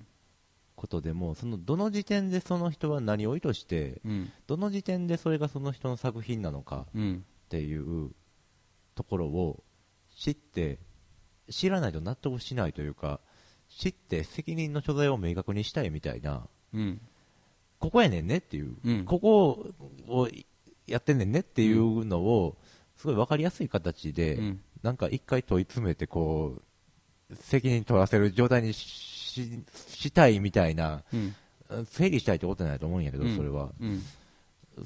S1: ことでも、そのどの時点でその人は何を意図して、
S2: うん。
S1: どの時点でそれがその人の作品なのか
S2: うん。
S1: っていうところを知って、知らないと納得しないというか、知って責任の所在を明確にしたいみたいな、
S2: うん。
S1: ここやねんねっていう、
S2: うん
S1: ここをやってんねんねっていうのを、すごい分かりやすい形で、
S2: うん
S1: なんか一回問い詰めて、こう、責任取らせる状態にししたいみたいな、
S2: うん。
S1: 整理したいってことないと思うんやけど、それは、
S2: うん。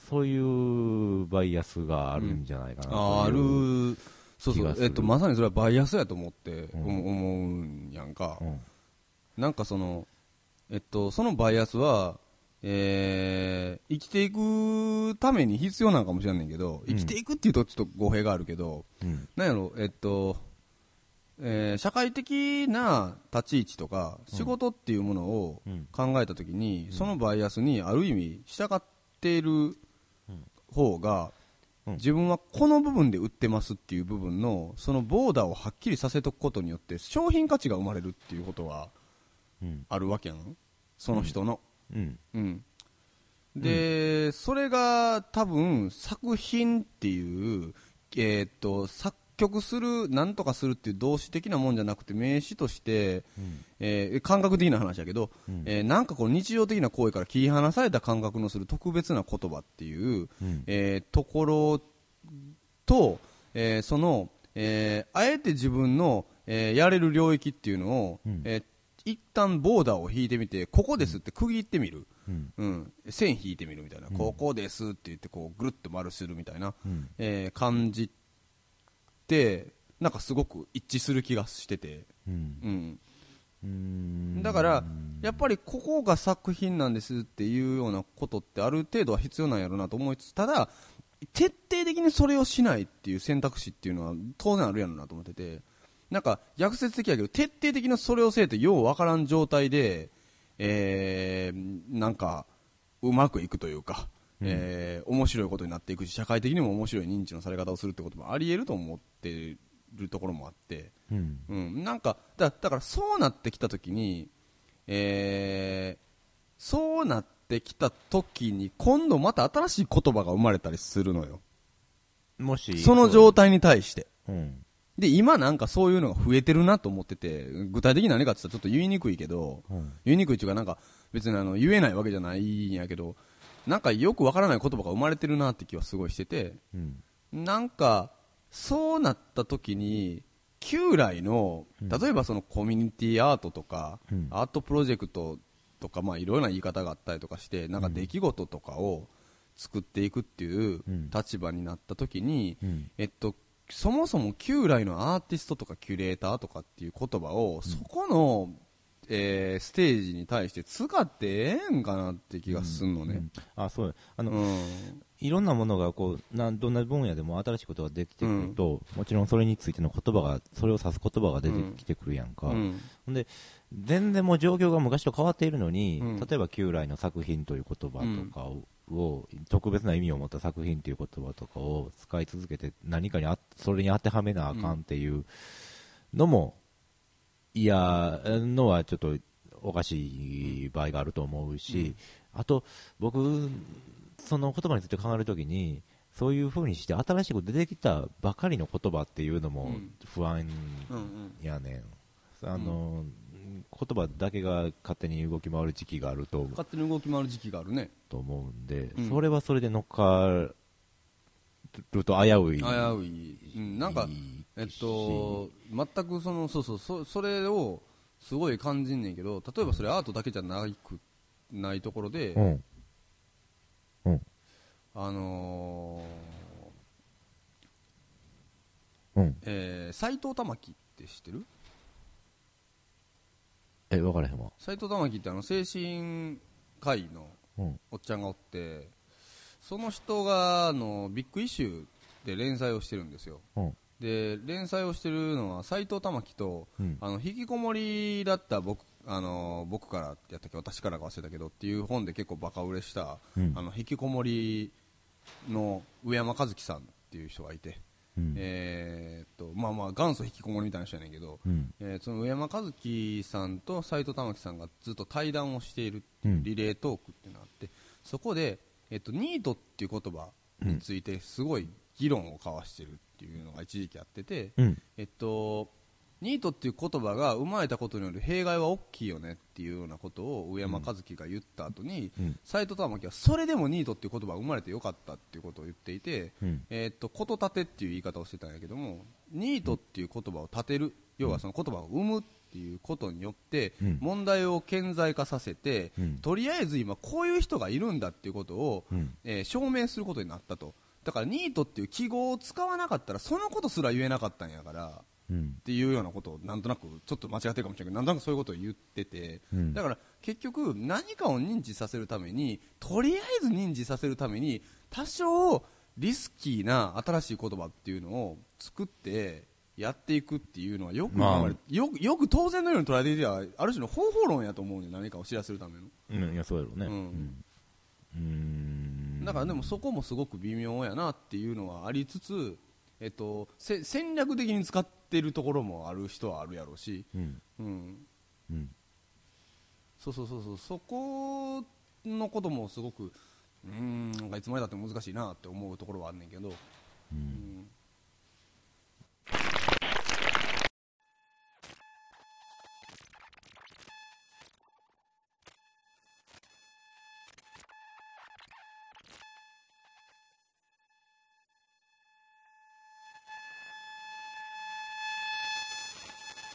S1: そういうバイアスがあるんじゃないかな
S2: あ
S1: と
S2: あ
S1: い
S2: る
S1: う、
S2: そう
S1: 気
S2: そ
S1: が
S2: う
S1: す、る
S2: えっと、まさにそれはバイアスやと思って
S1: うん
S2: 思思うんやんか
S1: う、ん
S2: なんかその、えっと、そのバイアスは、えー生きていくために必要なんかもしれんねんけど、
S1: う
S2: 生
S1: ん
S2: きていくっていうとちょっと語弊があるけど、
S1: うん
S2: なんやろ、えっと、えー社会的な立ち位置とか、仕事っていうものを
S1: うん
S2: 考えたときに、そのバイアスにある意味従っている方が、
S1: うん
S2: 自分はこの部分で売ってますっていう部分の、そのボーダーをはっきりさせとくことによって、商品価値が生まれるっていうことは
S1: うん
S2: あるわけやん、その人の。
S1: うん
S2: うんで、それが多分作品っていう、えーっと作曲する、なんとかするっていう動詞的なもんじゃなくて名詞として、えー感覚的な話やけど、
S1: うん
S2: えーなんかこう日常的な行為から切り離された感覚のする特別な言葉っていう、
S1: うん
S2: えーところと、えーその、えーあえて自分の、えーやれる領域っていうのを、
S1: うん
S2: えー一旦ボーダーを引いてみて、ここですって区切ってみる。
S1: うん
S2: うん、線引いてみるみたいな、ここですって言ってこうぐるっと丸するみたいな、
S1: うん
S2: えー感じってなんかすごく一致する気がしてて、
S1: うん
S2: うん、
S1: うん
S2: だからやっぱりここが作品なんですっていうようなことってある程度は必要なんやろうなと思いつつただ徹底的にそれをしないっていう選択肢っていうのは当然あるやろうなと思っててなんか逆説的やけど徹底的なそれをせえってようわからん状態でえーなんかうまくいくというか、えー面白いことになっていくし社会的にも面白い認知のされ方をするってこともありえると思ってるところもあって。
S1: うん
S2: うん、なんかだだからそうなってきた時に、えーそうなってきた時に今度また新しい言葉が生まれたりするのよ
S1: もし
S2: その状態に対して
S1: うん
S2: で今なんかそういうのが増えてるなと思ってて具体的に何かって言ったらちょっと言いにくいけど、
S1: うん
S2: 言いにくいっていうかなんか別にあの言えないわけじゃないんやけどなんかよくわからない言葉が生まれてるなって気はすごいしてて
S1: うん
S2: なんかそうなった時に旧来の
S1: うん
S2: 例えばそのコミュニティアートとか、
S1: うん
S2: アートプロジェクトとかまあいろいろな言い方があったりとかしてなんか出来事とかを作っていくっていう
S1: うん
S2: 立場になった時に、
S1: うん
S2: えっとそもそも旧来のアーティストとかキュレーターとかっていう言葉をそこの、えーステージに対して使ってええんかなって気がすんの
S1: う
S2: ね
S1: ん。あそうあ
S2: う
S1: の、
S2: ん
S1: いろんなものがこうなんどんな分野でも新しいことができてくると、もちろんそれについての言葉がそれを指す言葉が出てきてくるやんか、
S2: うん
S1: ほんで全然もう状況が昔と変わっているのに、
S2: うん
S1: 例えば旧来の作品という言葉とかを,を、特別な意味を持った作品という言葉とかを使い続けて何かにあそれに当てはめなあかんっていうのも嫌のはちょっとおかしい場合があると思うし、あと僕その言葉について考えるときにそういうふうにして新しく出てきたばかりの言葉っていうの
S2: う
S1: も
S2: ん
S1: 不安
S2: うんうん
S1: やねん、あの言葉だけが勝手に動き回る時期があると
S2: 勝手に動き回る時期があるね
S1: と思うんで、
S2: うん
S1: それはそれで乗っかると危うい
S2: 危うい、うん、なんか
S1: いいし
S2: えっと全くそのそうそうそそれをすごい感じんねんけど例えばそれアートだけじゃないくないところで、
S1: うんうん
S2: あの
S1: う
S2: ー
S1: ん
S2: えー、斎藤玉樹って知ってる
S1: え分からへんわ
S2: 斎藤玉樹ってあの精神科医の
S1: うん
S2: おっちゃんがおってその人があのビッグイシューで連載をしてるんですよ
S1: うん
S2: で連載をしてるのは斎藤玉樹と
S1: うん
S2: あの引きこもりだった僕あの僕からやったっけ私からか忘れたけどっていう本で結構バカ売れした、
S1: うん
S2: あの引きこもりの上山和樹さんっていう人がいて、
S1: うん
S2: えーっとまあまあ元祖引きこもりみたいな人やねんけど、
S1: うん
S2: えーその上山和樹さんと斎藤玉樹さんがずっと対談をしているっていうリレートークっていうのがあって、そこで、えっとニートっていう言葉についてすごい議論を交わしてるっていうのが一時期あってて、
S1: うん
S2: えっと、ニートっていう言葉が生まれたことによる弊害は大きいよねっていうようなことを上山和樹が言った後に
S1: うん
S2: 斎、藤玉樹はそれでもニートっていう言葉が生まれてよかったっていうことを言っていて、
S1: うん
S2: えっとこと立てっていう言い方をしてたんやけどもニートっていう言葉を立てる要はその言葉を生むっていうことによって
S1: うん
S2: 問題を顕在化させて、
S1: うん
S2: とりあえず今こういう人がいるんだっていうことを、
S1: うん
S2: えー証明することになったとだからニートっていう記号を使わなかったらそのことすら言えなかったんやから
S1: うん
S2: っていうようなことをなんとなくちょっと間違ってるかもしれないけどなんとなくそういうことを言ってて、
S1: うん
S2: だから結局何かを認知させるためにとりあえず認知させるために多少リスキーな新しい言葉っていうのを作ってやっていくっていうのはよく言われ、
S1: まあ
S2: よくよく当然のように捉えていてはある種の方法論やと思うね何かを知らせるための
S1: うんいやそうやろうね
S2: う
S1: うんんうん
S2: だからでもそこもすごく微妙やなっていうのはありつつ、えっと、せ戦略的に使ってるところもある人はあるやろうし、
S1: うん
S2: うん、
S1: うん
S2: そうそうそうそうそこのこともすごくうーんなんかいつまでだっても難しいなって思うところはあんねんけど、
S1: う
S2: うんん、
S1: う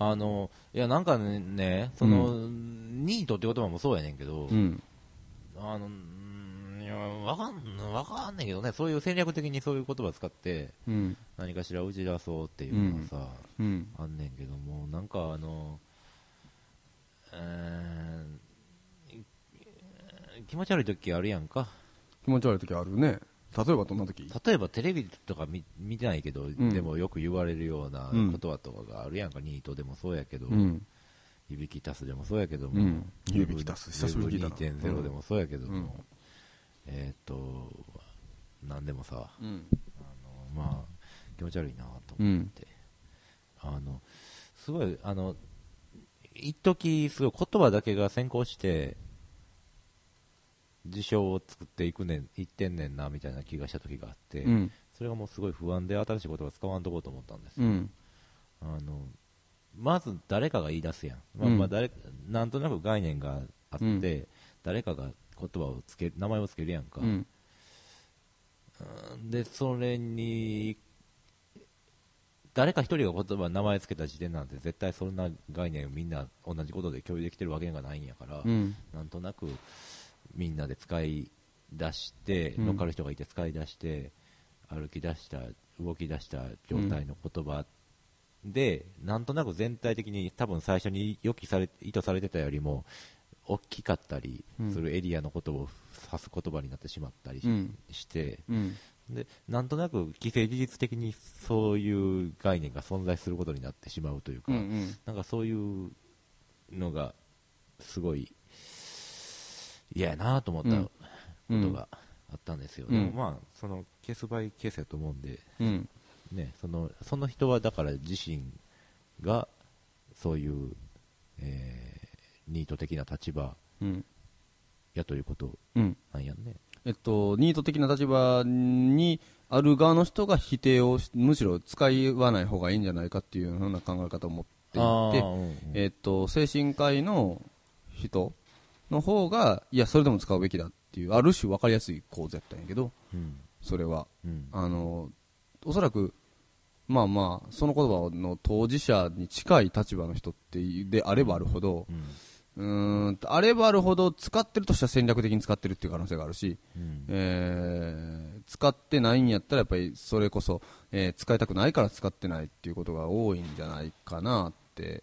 S1: あの、いや、なんかね、その、ニートって言葉もそうやねんけど、
S2: うん。
S1: あの、うーんいや、わかん、わかんないけどね、そういう戦略的にそういう言葉使って、
S2: うん。
S1: 何かしら打ち出そうっていうのはさ、
S2: うん。
S1: あんねんけども、なんかあの、うーん、気持ち悪い時あるやんか。
S2: 気持ち悪い時あるね。例えばどんな時
S1: 例えばテレビとか見見てないけど、
S2: ん
S1: でもよく言われるような
S2: うん
S1: 言葉とかがあるやんか、ニートでもそうやけど、
S2: うん。
S1: いびき足すでもそうやけど
S2: う
S1: も、
S2: ん。指き出す。久しぶりに聞いたな。
S1: 2.0でもそうやけども、
S2: うん
S1: えーっと、なんでもさ、
S2: うん。
S1: まあ、気持ち悪いなと
S2: う
S1: 思
S2: ん
S1: っ。て、あの、すごい、あの、一時すごい言葉だけが先行して、事象を作っていくねん、いってんねんな、みたいな気がした時があって、
S2: うん。
S1: それがもうすごい不安で、新しい言葉使わんとこうと思ったんです
S2: う
S1: よ。
S2: ん。
S1: あの、まず誰かが言い出すやん。まあ、
S2: うん
S1: まあ誰、なんとなく概念があって、
S2: うん
S1: 誰かが言葉をつけ、名前をつけるやんか。
S2: うん。
S1: で、それに、誰か一人が言葉、名前つけた時点なんて絶対そんな概念をみんな同じことで共有できてるわけがないんやから、
S2: うん。
S1: なんとなくみんなで使い出して、
S2: うん
S1: 乗っかる人がいて使い出して、歩き出した、動き出した状態の言葉で、なんとなく全体的に多分最初に予期され、意図されてたよりも、大きかったりするエリアのことを指す言葉になってしまったりし,、
S2: うん
S1: して、
S2: うん。
S1: でなんとなく既成事実的にそういう概念が存在することになってしまうというか、
S2: うん。
S1: なんかそういうのがすごい嫌やなと思ったこ
S2: うん
S1: とがあったんですよ、
S2: うん
S1: でもまあそのケースバイケースやと思うんで、
S2: うん。
S1: ね、そのその人はだから自身がそういう、えーニート的な立場
S2: うん。
S1: やということ
S2: うん。
S1: なんやんね。
S2: えっと、ニート的な立場にある側の人が否定をしむしろ使いわない方がいいんじゃないかっていうような考え方を持っていて、えっと、精神科医の人の方が、いや、それでも使うべきだっていう、ある種分かりやすい構図やったんやけど、
S1: うん
S2: それは。
S1: うん
S2: あの、おそらく、まあまあ、その言葉の当事者に近い立場の人ってであればあるほど、
S1: うん
S2: うーんと、あればあるほど使ってるとしたら戦略的に使ってるっていう可能性があるし、
S1: うん
S2: えー使ってないんやったらやっぱりそれこそ、えー使いたくないから使ってないっていうことが多いんじゃないかなって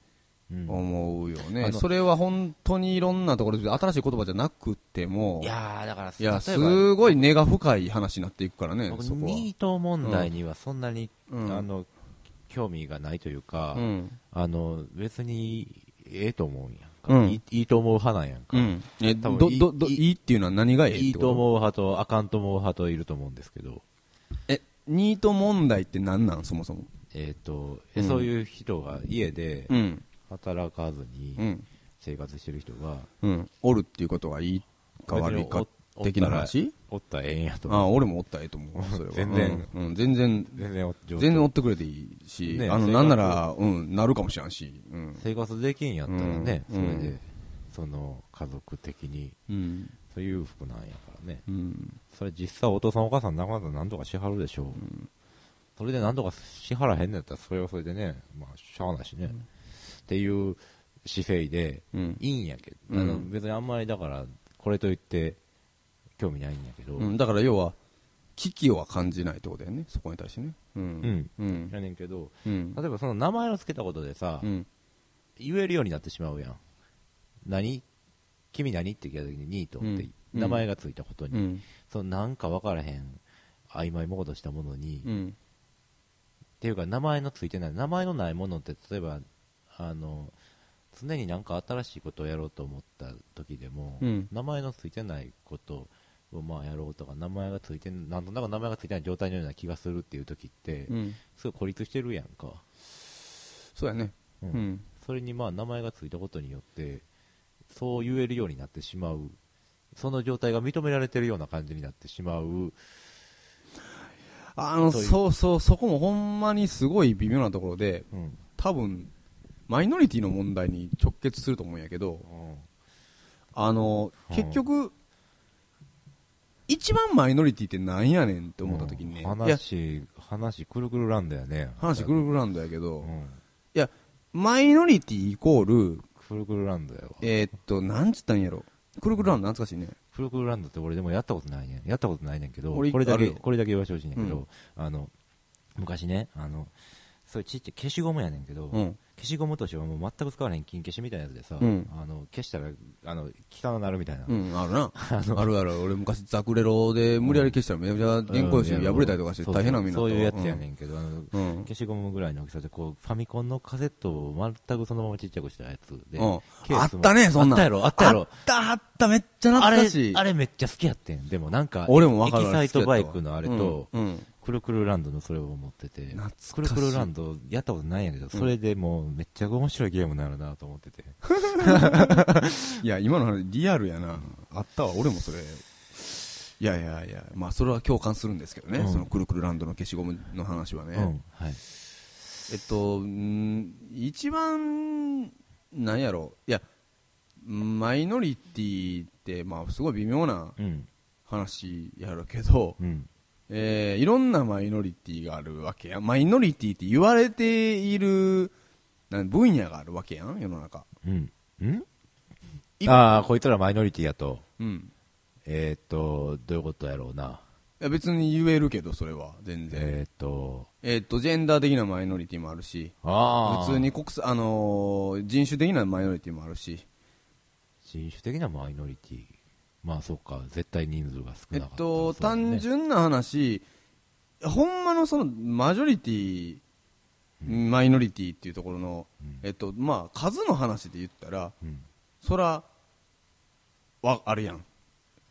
S1: うん
S2: 思うよね、
S1: あの
S2: それは本当にいろんなところで新しい言葉じゃなくても
S1: いやーだから
S2: いや
S1: 例え
S2: す
S1: ば
S2: ごい根が深い話になっていくからね
S1: 僕
S2: そこは
S1: ニート問題にはそんなに、
S2: うん
S1: あの興味がないというか、
S2: うん
S1: あの別にええと思うんやんか、
S2: うん
S1: いいいいと思う派なんやんか、
S2: うん、え
S1: 多分
S2: ど
S1: いい
S2: どど
S1: いい
S2: いいっていうのは何がええ
S1: いい
S2: ってこと
S1: と思う派とあかんと思う派といると思うんですけど、
S2: えニート問題って何なんそもそも
S1: えーとえ
S2: うん
S1: そういう人が家で
S2: うん
S1: 働かず
S2: う
S1: に
S2: ん
S1: 生活してる人が
S2: うんおるっていうことがいいか悪いか的な話
S1: 別におおったらおったらええんやと
S2: ああ
S1: 思う
S2: 俺もおったらええと思うそれは
S1: (laughs) 全然、
S2: うんうん全然
S1: 全然お上手
S2: 全然追ってくれていいし、
S1: ね
S2: あの
S1: 生活
S2: なんなら、うん、なるかもしれんし、うん
S1: 生活できんやったらね、
S2: うん
S1: それで、
S2: うん
S1: その家族的に
S2: うん
S1: そういう服なんやからね
S2: うん
S1: それ実際お父さんお母さんなかなかなんとかしはるでしょう、それでなんとかしはらへんのやったらそれはそれでねまあしゃあないしね、っていう姿勢で
S2: うん
S1: いいんやけど、
S2: うん
S1: あの別にあんまりだからこれといって興味ないんやけど
S2: うんだから要は、危機は感じないってことだよね、そこに対してね。う
S1: うんん
S2: うん
S1: やねんけど
S2: うん
S1: 例えばその名前を付けたことでさ、
S2: うん
S1: 言えるようになってしまうやん何君何って聞いた時にニートって
S2: うん
S1: 名前が付いたことに、
S2: うん
S1: そのなんか分からへん曖昧モードしたものに、
S2: うん
S1: っていうか名前のついてない名前のないものって例えばあの常になんか新しいことをやろうと思った時でも、
S2: うん
S1: 名前のついてないことをまあやろうとか名前がついてんなんとなく名前がついてない状態のような気がするっていう時って、
S2: うん
S1: すごい孤立してるやんか、
S2: そうやね。
S1: う
S2: うんん
S1: それにまあ名前がついたことによってそう言えるようになってしまうその状態が認められてるような感じになってしまう
S2: あの、
S1: そういう
S2: そうそう、そこもほんまにすごい微妙なところで、
S1: うん、
S2: 多分、マイノリティの問題に直結すると思うんやけど、あの、
S1: うん
S2: 結局、一番マイノリティってなんやねんって思った時にね、
S1: うん
S2: いや
S1: 話話くるくるランドやね
S2: 話くるくるランドやけ
S1: う
S2: ど、
S1: ん
S2: いやマイノリティイコール
S1: くるくるランドやわ
S2: えーっとなんつったんやろくるくるランド懐かしいね
S1: くるくるランドって俺でもやったことないねんやったことないねんけどこ
S2: 俺
S1: れだ
S2: あ
S1: け
S2: るよ
S1: これだけ言わせてほしいねんけ
S2: う
S1: どあの昔ねあのそういうちっちゃい消しゴムやねんけど
S2: うん
S1: 消しゴムとしてはもう全く使われへん金消しみたいなやつでさ
S2: うん
S1: あの消したらあの汚なるみたいな
S2: うんあ
S1: (laughs)
S2: るなあるある俺昔ザクレロで無理やり消したらめちゃめちゃ原稿用紙破れたりとかして
S1: うん
S2: 大変なみんな
S1: そうそういうやつやね
S2: ん
S1: んけどあの
S2: うん、うん
S1: 消しゴムぐらいの大きさでこうファミコンのカセットを全くそのままちっちゃくしたやつで
S2: うん
S1: ケースも
S2: あったねそんなん
S1: あったやろあったやろ
S2: あったあっためっちゃ
S1: あ
S2: 懐
S1: れ
S2: かしい
S1: あれめっちゃ好きやってんでもなんか
S2: 俺もわかる
S1: エキサイトバイクのあれと、
S2: うんうん
S1: くるくるランドのそれを持ってて
S2: 懐かしい
S1: くるくるランドやったことないんやけどそれでもうめっちゃ面白いゲームになるなと思ってて
S2: いや、今の話、リアルやな。あったわ、俺もそれ。いやいやいや、まあ、それは共感するんですけどね、
S1: うん
S2: そのくるくるランドの消しゴムの話はね。
S1: うんはい
S2: えっと、うん一番、なんやろいや、マイノリティって、まあ、すごい微妙な
S1: うん
S2: 話やろうけど、
S1: うん
S2: えーいろんなマイノリティがあるわけやん。マイノリティって言われている、なん分野があるわけやん、世の中。
S1: うんうん
S2: い
S1: ああこいつらマイノリティやと
S2: うん。
S1: えーっとどういうことやろうない
S2: や、別に言えるけど、それは、全然。
S1: えーっと
S2: えっと、ジェンダー的なマイノリティもあるし、
S1: ああ
S2: 普通に国際、あのー人種的なマイノリティもあるし、
S1: 人種的なマイノリティまあそうか絶対人数が少
S2: えっ
S1: なかったら
S2: と、
S1: そうだね
S2: 単純な話、ほんまのその、マジョリティ、マイノリティっていうところの、
S1: うん
S2: えっと、まあ、数の話で言ったら、
S1: うん
S2: そら、は、あるやん。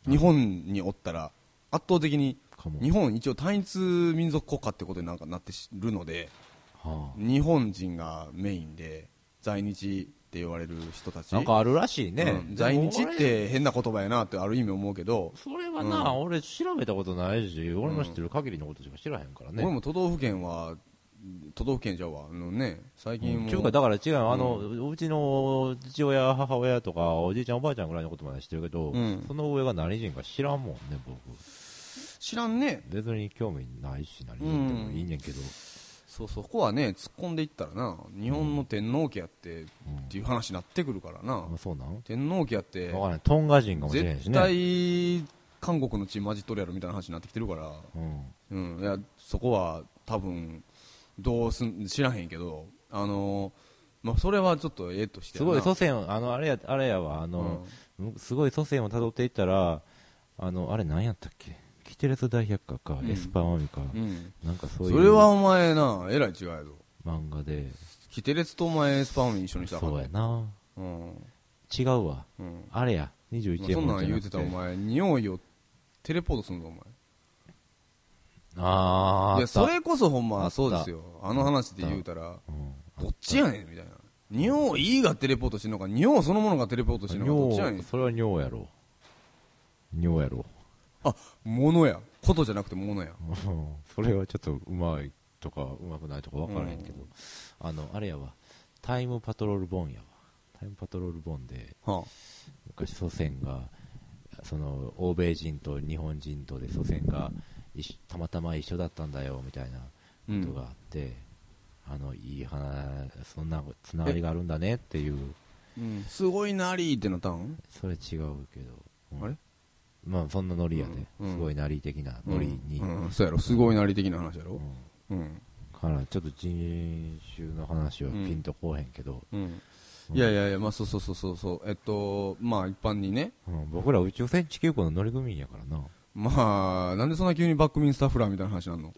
S2: 日本におったら、圧倒的に、
S1: かも
S2: 日本一応単一民族国家ってことになんかなってしるので、
S1: はあ
S2: 日本人がメインで在日って言われる人たち
S1: なんかあるらしいね、
S2: うん在日
S1: で
S2: っ
S1: も
S2: て変な言葉やなってある意味思うけど、
S1: 俺それはな、
S2: う
S1: 俺調べたことないし俺の知ってる限りのことしか知らへんからね、
S2: 俺も都道府県は都道府県じゃわあのね最近
S1: うん
S2: も、
S1: ちゅうかだから違うよあの、うちの父親母親とかおじいちゃんおばあちゃんぐらいのことまで知ってるけど、
S2: うん
S1: その上が何人か知らんもんね僕
S2: 知らんね
S1: 別に興味ないし何人でもいいねんけど、
S2: そうそこはね突っ込んでいったらな日本の天皇家やってっていう話になってくるからな、
S1: まあそうなん
S2: 天皇家って
S1: わからないトンガ人かもしれへんし
S2: 絶
S1: ね
S2: 対韓国の血混じっとるやろみたいな話になってきてるから、
S1: うん
S2: うん、いやそこは多分どうすん知らへんけど、あのまあ、それはちょっとええとして
S1: す
S2: やな
S1: ごい祖先をあのあれやあれやわあの、むすごい祖先をたどっていったらあのあれ何やったっけキテレス大百科か、
S2: うん
S1: エスパーマミか、
S2: うんうん
S1: なんかそう
S2: そ
S1: いう
S2: れはお前なえらい違いやぞ
S1: 漫画で
S2: キテレツとお前スパム一緒にしたらあ
S1: そう
S2: か
S1: や
S2: ん
S1: な
S2: うん
S1: 違うわ
S2: うん
S1: あれや21
S2: まあ
S1: 円
S2: そん
S1: も
S2: なんん
S1: じゃな
S2: 言う
S1: くて
S2: てたらお前匂いをテレポートすんぞお前
S1: あーあ
S2: いやそ
S1: った
S2: れこそほん
S1: あ
S2: ま
S1: った
S2: そうですよあの話で言うたら
S1: うん
S2: どっちやねんみたいな匂いがテレポートしてんのか匂いそのものがテレポートしてんのかどっちやね
S1: 尿
S2: ん
S1: それは尿やろ尿やろ (laughs)
S2: あ物やことじゃなくて物や
S1: うんそれはちょっとうまいとかうまくないとか分からへんけど、あのあれやわタイムパトロールボンやわタイムパトロールボンで
S2: はあ
S1: 昔祖先がその欧米人と日本人とで祖先が一緒たまたま一緒だったんだよみたいなことがあって、あのいい話そんなつながりがあるんだねっていう
S2: すごいなりーってなったん
S1: それ違うけど、うん
S2: あれ
S1: まあそんなノリやで、
S2: うんうん
S1: すごいなり的なノリに、
S2: うんうんそうやろすごいなり的な話や
S1: う
S2: ろ
S1: ん
S2: うん、
S1: からちょっと人種の話はピンとこうへんけど、
S2: うん
S1: うん
S2: いやいやいやまあそうそうそうそうそうえっとまあ一般にね
S1: うん僕ら宇宙船地球庫の乗組員やからな
S2: まあなんでそんな急にバックミンスタッフラーみたいな話なんの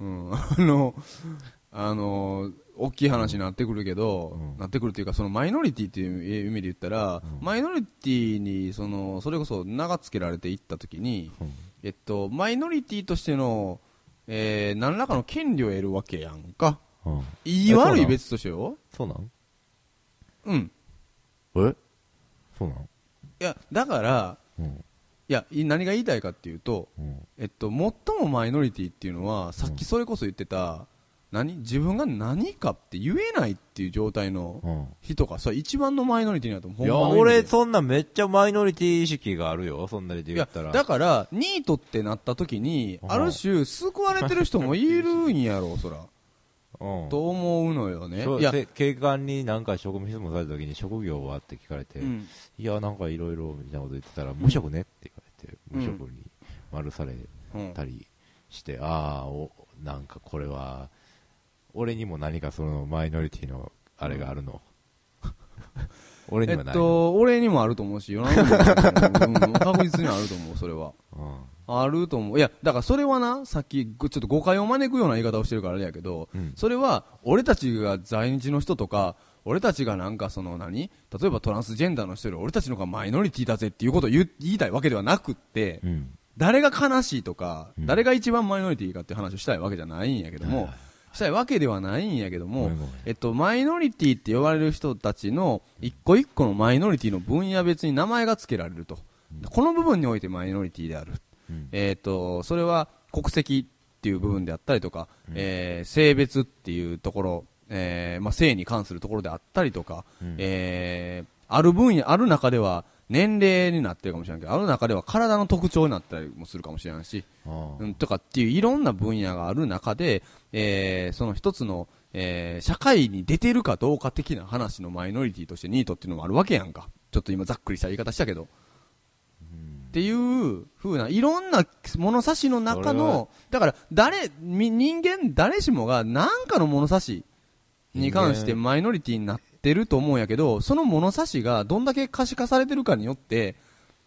S2: うんあのあの大きい話になってくるけど、
S1: うん
S2: なってくるっていうかそのマイノリティっていう意味で言ったら、
S1: うん
S2: マイノリティにそのそれこそ名が付けられていった時に、
S1: うん
S2: えっと、マイノリティとしての、えー、何らかの権利を得るわけやんか
S1: うん
S2: 言い悪い別としてよ
S1: そうなん
S2: うん
S1: えそうなん
S2: いやだから
S1: うん
S2: いやい何が言いたいかっていうと、
S1: うん
S2: えっと、最もマイノリティっていうのはさっきそれこそ言ってた、何自分が何かって言えないっていう状態の
S1: うん
S2: 人がさ、一番のマイノリティだと思う。
S1: いや、
S2: ほんまの意味で
S1: 俺、そんなめっちゃマイノリティ意識があるよ、そんなで
S2: い
S1: 言
S2: や
S1: ったら。
S2: だから、ニートってなった時に、
S1: うん
S2: ある種、救われてる人もいるんやろ、そら。
S1: (laughs) うん。
S2: と思うのよね。
S1: そう
S2: いや、
S1: せ警官に何か職務質問された時に職業はって聞かれて、
S2: うん
S1: いや、なんかいろいろみたいなこと言ってたら、無職ねって言われて、
S2: うん
S1: 無職に丸され
S2: うん
S1: たりして、ああ、お、なんかこれは、俺にも何かそのマイノリティのあれがあるの。俺
S2: え
S1: に
S2: っ
S1: はないの。
S2: と、俺にもあると思うし、世の中にもあると思ううん確実にあると思う、それ
S1: (laughs)
S2: は。あると思う。いや、だからそれはな、さっき、ぐちょっと誤解を招くような言い方をしてるからあれやけど、
S1: うん
S2: それは、俺たちが在日の人とか、俺たちがなんかその何例えばトランスジェンダーの人より俺たちの方がマイノリティだぜっていうことを言う言いたいわけではなくって、
S1: うん。うん。
S2: 誰が悲しいとか、
S1: うん
S2: 誰が一番マイノリティかっていう話をしたいわけじゃないんやけども、
S1: はいはい
S2: したいわけではないんやけども、
S1: ごめんごめん
S2: えっと、マイノリティって呼ばれる人たちの一個一個のマイノリティの分野別に名前が付けられると、この部分においてマイノリティである、
S1: うん
S2: えっとそれは国籍っていう部分であったりとか、えー性別っていうところ、えーまあ、性に関するところであったりとか、
S1: うん
S2: えーある分野ある中では年齢になってるかもしれないけどある中では体の特徴になったりもするかもしれないし、
S1: ああ
S2: うん、とかっていういろんな分野がある中で、えーその一つの、えー社会に出てるかどうか的な話のマイノリティとしてニートっていうのもあるわけやんか。ちょっと今ざっくりした言い方したけど。っていう風ないろんな物差しの中の、だから誰、み人間誰しもが何かの物差しに関してマイノリティになってると思うんやけど、その物差しがどんだけ可視化されてるかによって、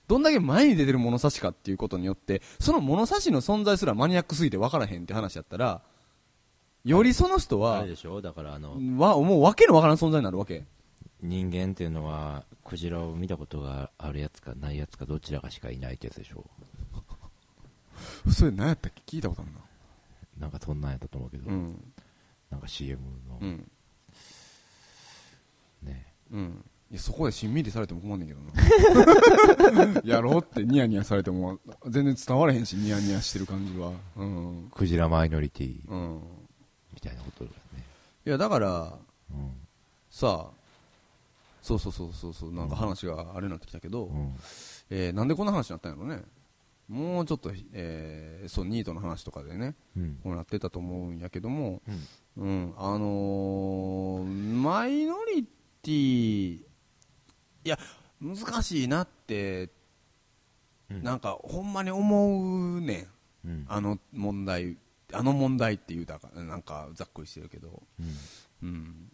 S2: どんだけ前に出てる物差しかっていうことによって、その物差しの存在すらマニアックすぎて分からへんって話やったら、よりその人
S1: あ
S2: は
S1: れ、でしょだからあの、
S2: は、もう訳の分からん存在になるわけ。
S1: 人間っていうのはクジラを見たことがあるやつかないやつかどちらかしかいないってやつでしょ
S2: それ何やったっけ聞いたことあるな。
S1: なんかそんなんやったと思うけど、
S2: うん。
S1: なんか CM の、
S2: うん。
S1: ね
S2: うん。いや、そこでしんみりされても困んねんけど
S1: (laughs)
S2: な。やろうってニヤニヤされても、全然伝われへんし、ニヤニヤしてる感じは。うん。
S1: クジラマイノリティ
S2: うん。
S1: みたいなことだね、
S2: いや、だから、
S1: うん
S2: さあ、そうそうそうそうそう、なんか話があれになってきたけど、
S1: うん
S2: えーなんでこんな話になったんやろね。もうちょっと、えーそう、ニートの話とかでね、
S1: うん
S2: こうなってたと思うんやけども、
S1: うん
S2: うん、あのーマイノリティ、いや、難しいなって、
S1: うん
S2: なんか、ほんまに思うねん。
S1: うん
S2: あの問題、あの問題って言うたか、なんか、ざっくりしてるけど。
S1: うん
S2: うん。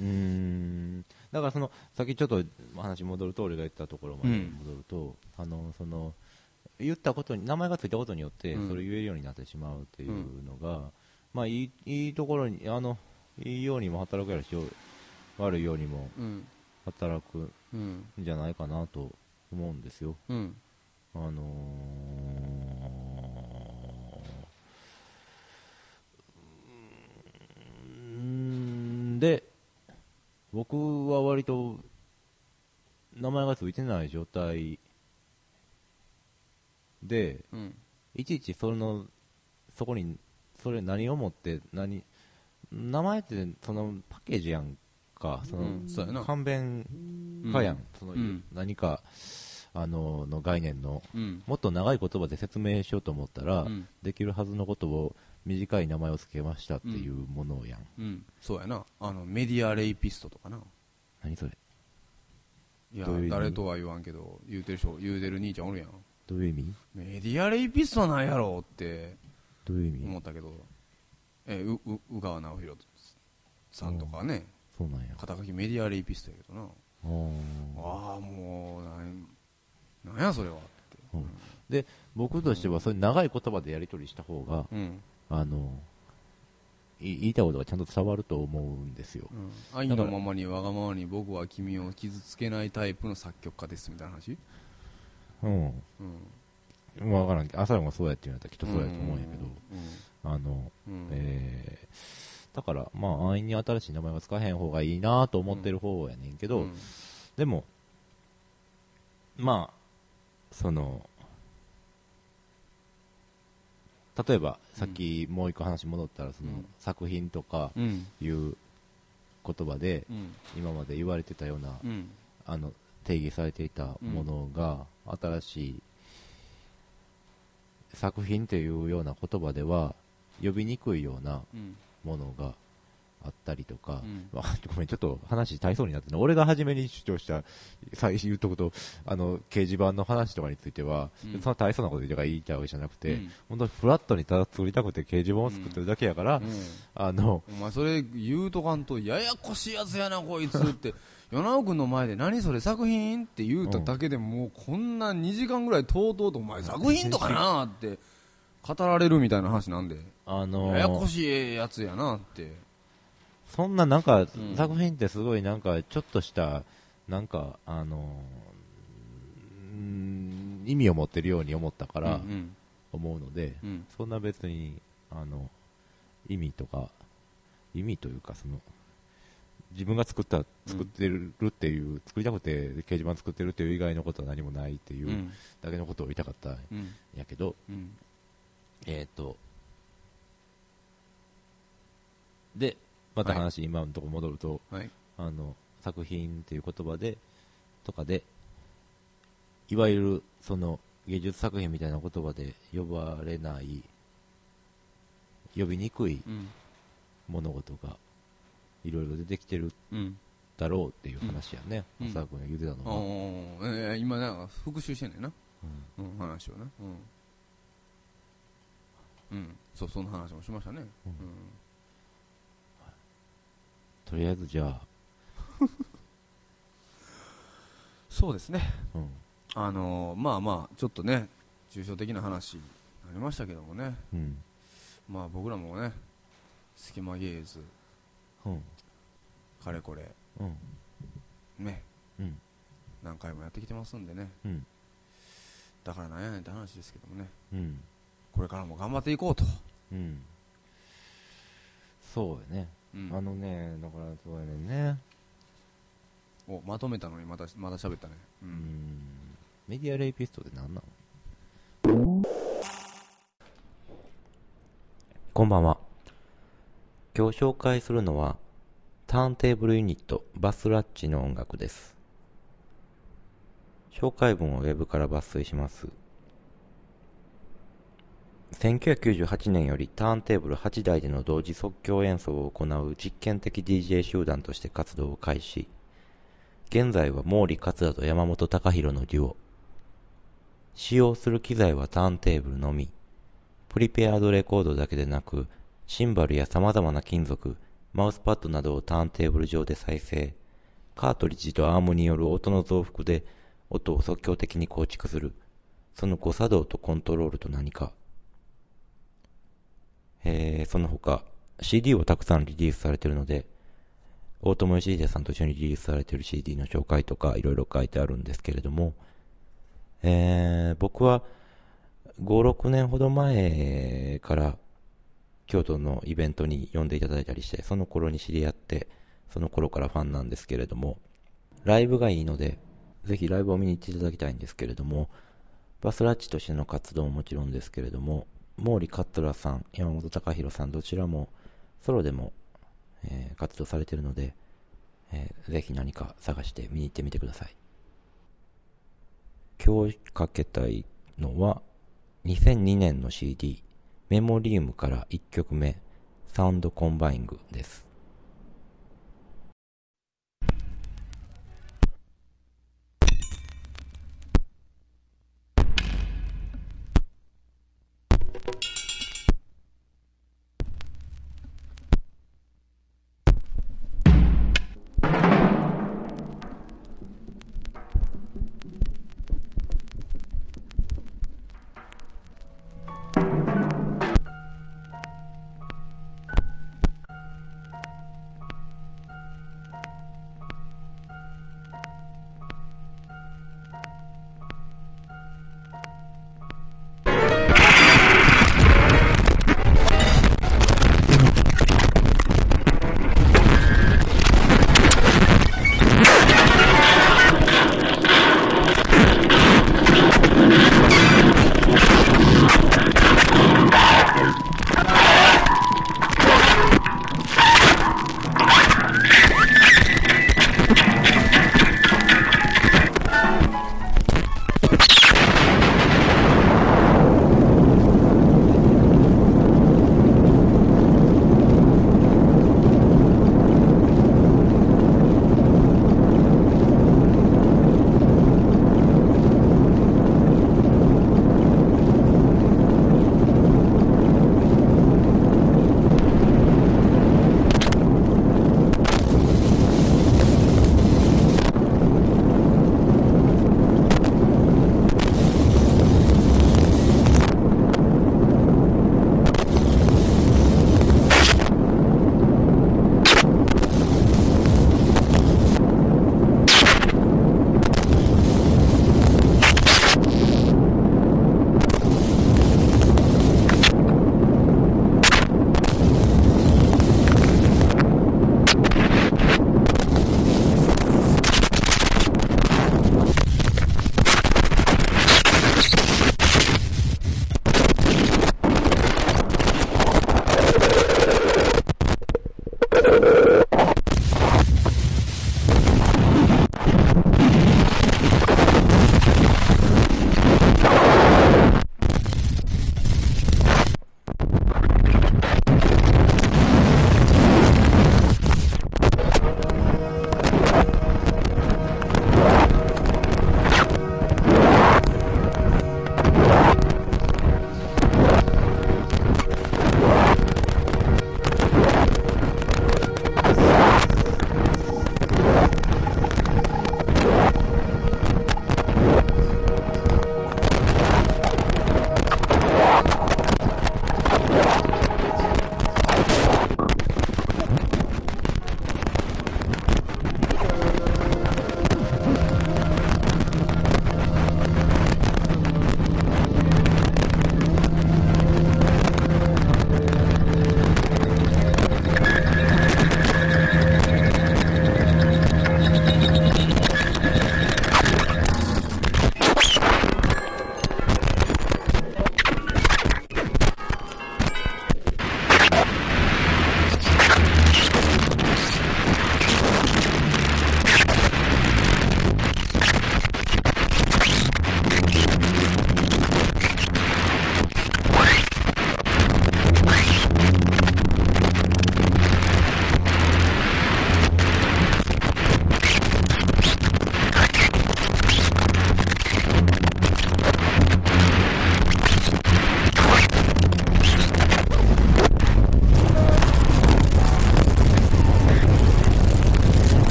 S1: うーんだからその先ちょっと話戻ると俺が言ったところまで戻ると、あのその言ったことに名前がついたことによって
S2: うん
S1: それを言えるようになってしまうっていうのが、まあいいいいところにあのいいようにも働くやろし悪いようにも
S2: うん。
S1: 働く
S2: うん。
S1: んじゃないかなと思うんですよ。
S2: うん。
S1: あのーうーんで、僕は割と名前がついてない状態で、
S2: うん。
S1: いちいちそのそこに、それ何を持って何、名前ってそのパッケージやんか、その、
S2: うんそうやな
S1: 勘弁かやん、その
S2: うん
S1: 何かあのの概念の
S2: うん。
S1: もっと長い言葉で説明しようと思ったら、
S2: うん
S1: できるはずのことを短い名前を付けましたっていうものやん、
S2: うん。そうやな。あの、メディアレイピストとかな。
S1: 何それ
S2: いや、
S1: どういう意味
S2: 誰とは言わんけど、言うてる人、言うてる兄ちゃんおるやん。
S1: どういう意味
S2: メディアレイピストなんやろうって
S1: どういう意味、
S2: 思ったけど、え、う、う、宇川直弘さんとかね、
S1: そうなんや
S2: 肩書きメディアレイピストやけどな。
S1: あー
S2: ああ、もう、なん、なんやそれはって。
S1: うんで僕としてはそういう長い言葉でやり取りした方が、
S2: うん。
S1: あのい言いたいことがちゃんと伝わると思うんですよ、
S2: うん愛のままにわがままに僕は君を傷つけないタイプの作曲家ですみたいな話
S1: うん
S2: うん
S1: 分からん朝もそうやって言うんやったらきっとそうやと思うんやけど、
S2: う
S1: あの
S2: んうん
S1: えーだから、まあ、安易に新しい名前は使わへん方がいいなと思ってる方やねんけど、
S2: うん
S1: でも、まあ、その、例えばさっきもう一個話戻ったらその
S2: うん
S1: 作品とか
S2: うん
S1: いう言葉で
S2: うん
S1: 今まで言われてたような
S2: うん
S1: あの定義されていたものが新しい作品というような言葉では呼びにくいような
S2: うん
S1: ものがあったりとか、
S2: うん
S1: (laughs) まあごめん、ちょっと話大そうになってる俺が初めに主張した、最初言っとくと、あの、掲示板の話とかについては、
S2: うん
S1: そんな大層なこと言いたいわけじゃなくて、
S2: うん
S1: 本当にフラットにただ作りたくて掲示板を作ってるだけやから、
S2: うん
S1: あの、
S2: お前それ言うとかんとややこしいやつやなこいつって (laughs) 与那君の前で何それ作品って言うただけでもうこんな2時間ぐらいとうとうとお前作品とかなって語られるみたいな話なんで
S1: あ
S2: ややこ
S1: の、
S2: しいやつやなって
S1: そんななんか、
S2: ん
S1: 作品ってすごいなんか、ちょっとした、なんか、あの、うん意味を持ってるように思ったか
S2: からうん
S1: 思うので、
S2: うんうん
S1: そんな別に、あの、意味とか、意味というか、その、自分が作った、作ってるっていう、作りたくて掲示板作ってるっていう以外のことは何もないっていううんだけのことを言いたかったん
S2: うん
S1: やけど、
S2: うん
S1: えっ、と、で、また話、今のところ戻ると、
S2: はい
S1: あの、作品っていう言葉で、とかで、いわゆる、その、芸術作品みたいな言葉で呼ばれない、呼びにくい
S2: うん
S1: 物事が、いろいろ出てきてる
S2: うん
S1: だろうっていう話やね、
S2: うん
S1: 浅田君が言ってた
S2: あ
S1: のは。
S2: あ今なんか復習してんねんなうん話をなうんうんそうそんな話もしましたね
S1: うん
S2: うん
S1: とりあえずじゃあ、
S2: そうですね
S1: うん、
S2: あのーまあまあちょっとね抽象的な話になりましたけどもね
S1: うん、
S2: まあ僕らもね隙間芸術
S1: うん、
S2: かれこれ
S1: うん、
S2: ね
S1: うん、
S2: 何回もやってきてますんでね
S1: うん、
S2: だからなんやねんって話ですけどもね
S1: うん、
S2: これからも頑張っていこうと、
S1: うん。そうやね。
S2: うん
S1: あのね、だからそうやねんね。
S2: おまとめたのにまたまた喋ったねう、
S1: うんん、メディアレイピストって何なの
S3: こんばんは。今日紹介するのは、ターンテーブルユニットバスラッチの音楽です。紹介文をウェブから抜粋します。1998年よりターンテーブル8台での同時即興演奏を行う実験的 DJ 集団として活動を開始。現在は毛利勝也と山本隆弘のデュオ。使用する機材はターンテーブルのみ。プリペアードレコードだけでなく、シンバルや様々な金属、マウスパッドなどをターンテーブル上で再生、カートリッジとアームによる音の増幅で音を即興的に構築する、その誤作動とコントロールと何か。えー、その他、CD をたくさんリリースされているので、大友義秀さんと一緒にリリースされている CD の紹介とかいろいろ書いてあるんですけれども、えー、僕は、5、6年ほど前から京都のイベントに呼んでいただいたりして、その頃に知り合って、その頃からファンなんですけれども、ライブがいいので、ぜひライブを見に行っていただきたいんですけれども、バスラッチとしての活動ももちろんですけれども、毛利勝良さん、山本隆弘さん、どちらもソロでも、えー活動されているので、えーぜひ何か探して見に行ってみてください。今日かけたいのは、2002年の CD メモリウムから1曲目サウンドコンバイングです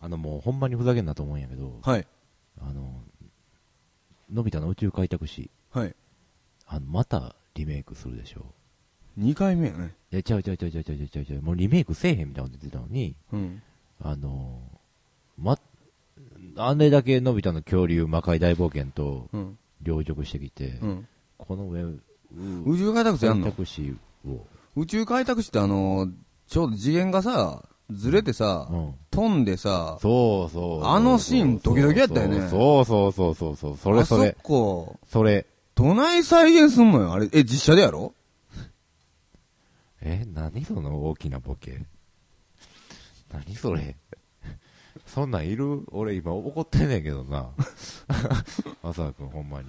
S1: ほんまにふざけんなと思うんやけど、
S2: はい。
S1: あの、のび太の宇宙開拓史、
S2: はい。
S1: あの、またリメイクするでしょ。
S2: 2回目やね。
S1: いや、ちゃうちゃうちゃうちゃうちゃうちゃうちゃう、もうリメイクせえへんみたいなこと言ってたのに、
S2: うん。
S1: あの、ま、あれだけのび太の恐竜魔界大冒険と
S2: うん。
S1: 両軸してきて、
S2: うん。
S1: この上、
S2: 宇宙開拓士やんの
S1: 史を、
S2: 宇宙開拓士ってあのー、ちょうど次元がさ、ずれてさ、
S1: うん
S2: 飛んでさ、
S1: そうそう。
S2: あのシーンドキドキやったよね
S1: そうそうそうそうそう。それそ
S2: あ
S1: れ
S2: そ。こ、
S1: それ。
S2: どない再現すんのよ、あれ。え、実写でやろ
S1: え、何その大きなボケ。何それ。そんなんいる俺今怒ってんねんけど
S2: (laughs)
S1: な。浅田くんほんまに。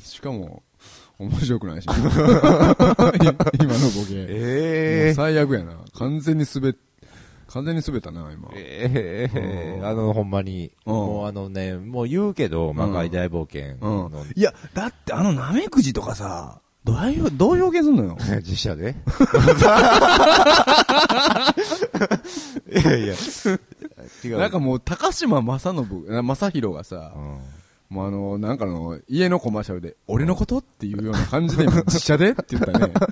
S2: しかも、面白くない (laughs) し。今のボケ。もう
S1: ええ
S2: 最悪やな。完全に滑っ、完全に滑ったな、今。
S1: ええ
S2: うん
S1: あの、ほんまに。
S2: うん
S1: もうあのね、もう言うけど、魔界大冒険の、
S2: うん。いや、だってあのナメクジとかさ、どう表どう表現すんのよ。
S1: 実写でいやいや。違 (laughs) う。
S2: なんかもう、高島正信、な正宏がさ
S1: う、ん、
S2: もうあの、なんかの、家のコマーシャルで、俺のことっていうような感 (laughs) じで、今実写でって言ったね。 (laughs)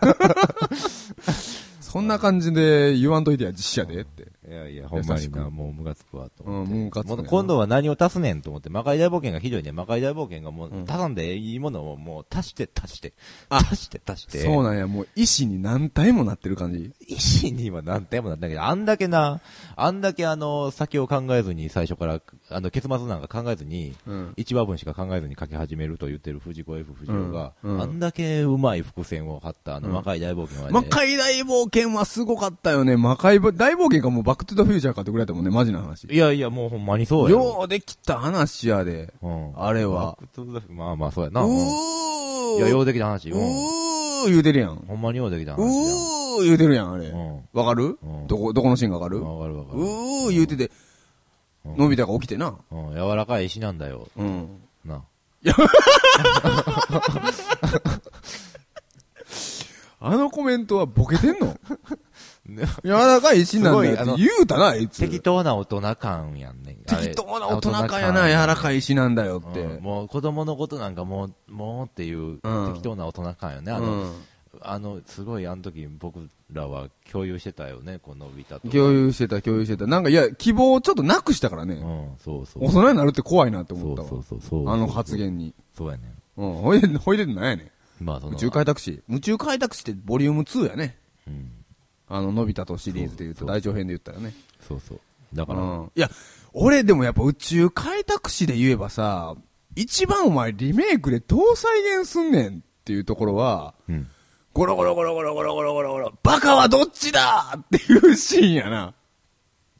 S2: そんな感じで言わんといてや、実写でって。
S1: いやいや、ほんま
S2: 優し
S1: に
S2: く
S1: な、もうムカつくわと思って。
S2: うんムカつくね
S1: もっと今度は何を足すねんと思って、魔界大冒険がひどいね。魔界大冒険がもう、足さんでいいものをもう足して足して、足して足して。
S2: そう
S1: な
S2: なんや、もう意思に何体もなってる感じ。
S1: 意思には何点もなったけど、あんだけな、あんだけあの、先を考えずに最初から、あの、結末なんか考えずに、
S2: うん。
S1: 一話分しか考えずに書き始めると言ってる藤子 F 不二雄が、
S2: うんうん
S1: あんだけうまい伏線を張ったあの、
S2: うん
S1: 魔界大冒険はね、
S2: 魔界大冒険はすごかったよね。魔界ぼ大冒険かもうバックトゥザフューチャーかってくれたもんね、マジな話。
S1: いやいや、もうほんまにそうやろ。
S2: ようできた話やで。
S1: うん
S2: あれは。
S1: バックトゥザフュまあまあ、そうや
S2: う
S1: な。うん
S2: ー
S1: いや、ようできた話。
S2: う
S1: うん。
S2: ー言うてるやん。
S1: ほんまにようできた話や。
S2: うー言うてるやん、あれ
S1: う。ん。
S2: わかる
S1: うん
S2: どこ、どこのシーンがわかる
S1: わかるわかる。
S2: うー言うてて、
S1: うん
S2: のび太が起きてな。
S1: うん、柔らかい石なんだよ。
S2: うん。
S1: な。
S2: あのコメントはボケてんの
S1: ね
S2: 柔らかい石なんだよって
S1: すごいあの
S2: 言うたな、あいつ。
S1: 適当な大人感やんねん。あれ
S2: 適当な大人かやな、柔らかい石なんだよって。
S1: うんもう子供のことなんかもう、もうっていう
S2: うん
S1: 適当な大人感よね。あの、あの、すごいあの時僕らは共有してたよね、このび太
S2: う
S1: と。
S2: ん共有してた、共有してた。なんか、いや、希望をちょっとなくしたから
S1: う
S2: ね。
S1: ん、そうそう。
S2: 大人になるって怖いなって
S1: そ
S2: 思っ
S1: う
S2: た
S1: そう
S2: わ。
S1: そうそう。
S2: あの発。言に。
S1: そうやねん。
S2: うん。ほいで、ほいでなんやね
S1: まあ、そ
S2: ん。
S1: の。
S2: 宇宙開拓士。宇宙開拓士ってボリューム2やね。
S1: うん。
S2: あの、のび太とシリーズで言う
S1: そ
S2: と、
S1: う
S2: 大長編で言ったらね。
S1: そうそう。だか
S2: う
S1: ら、
S2: ん。いや、俺でもやっぱ宇宙開拓士で言えばさ、一番お前リメイクでどう再現すんねんっていうところは、
S1: うん。
S2: ゴロゴロゴロゴロゴロゴロゴロゴロ、バカはどっちだっていうシーンやな。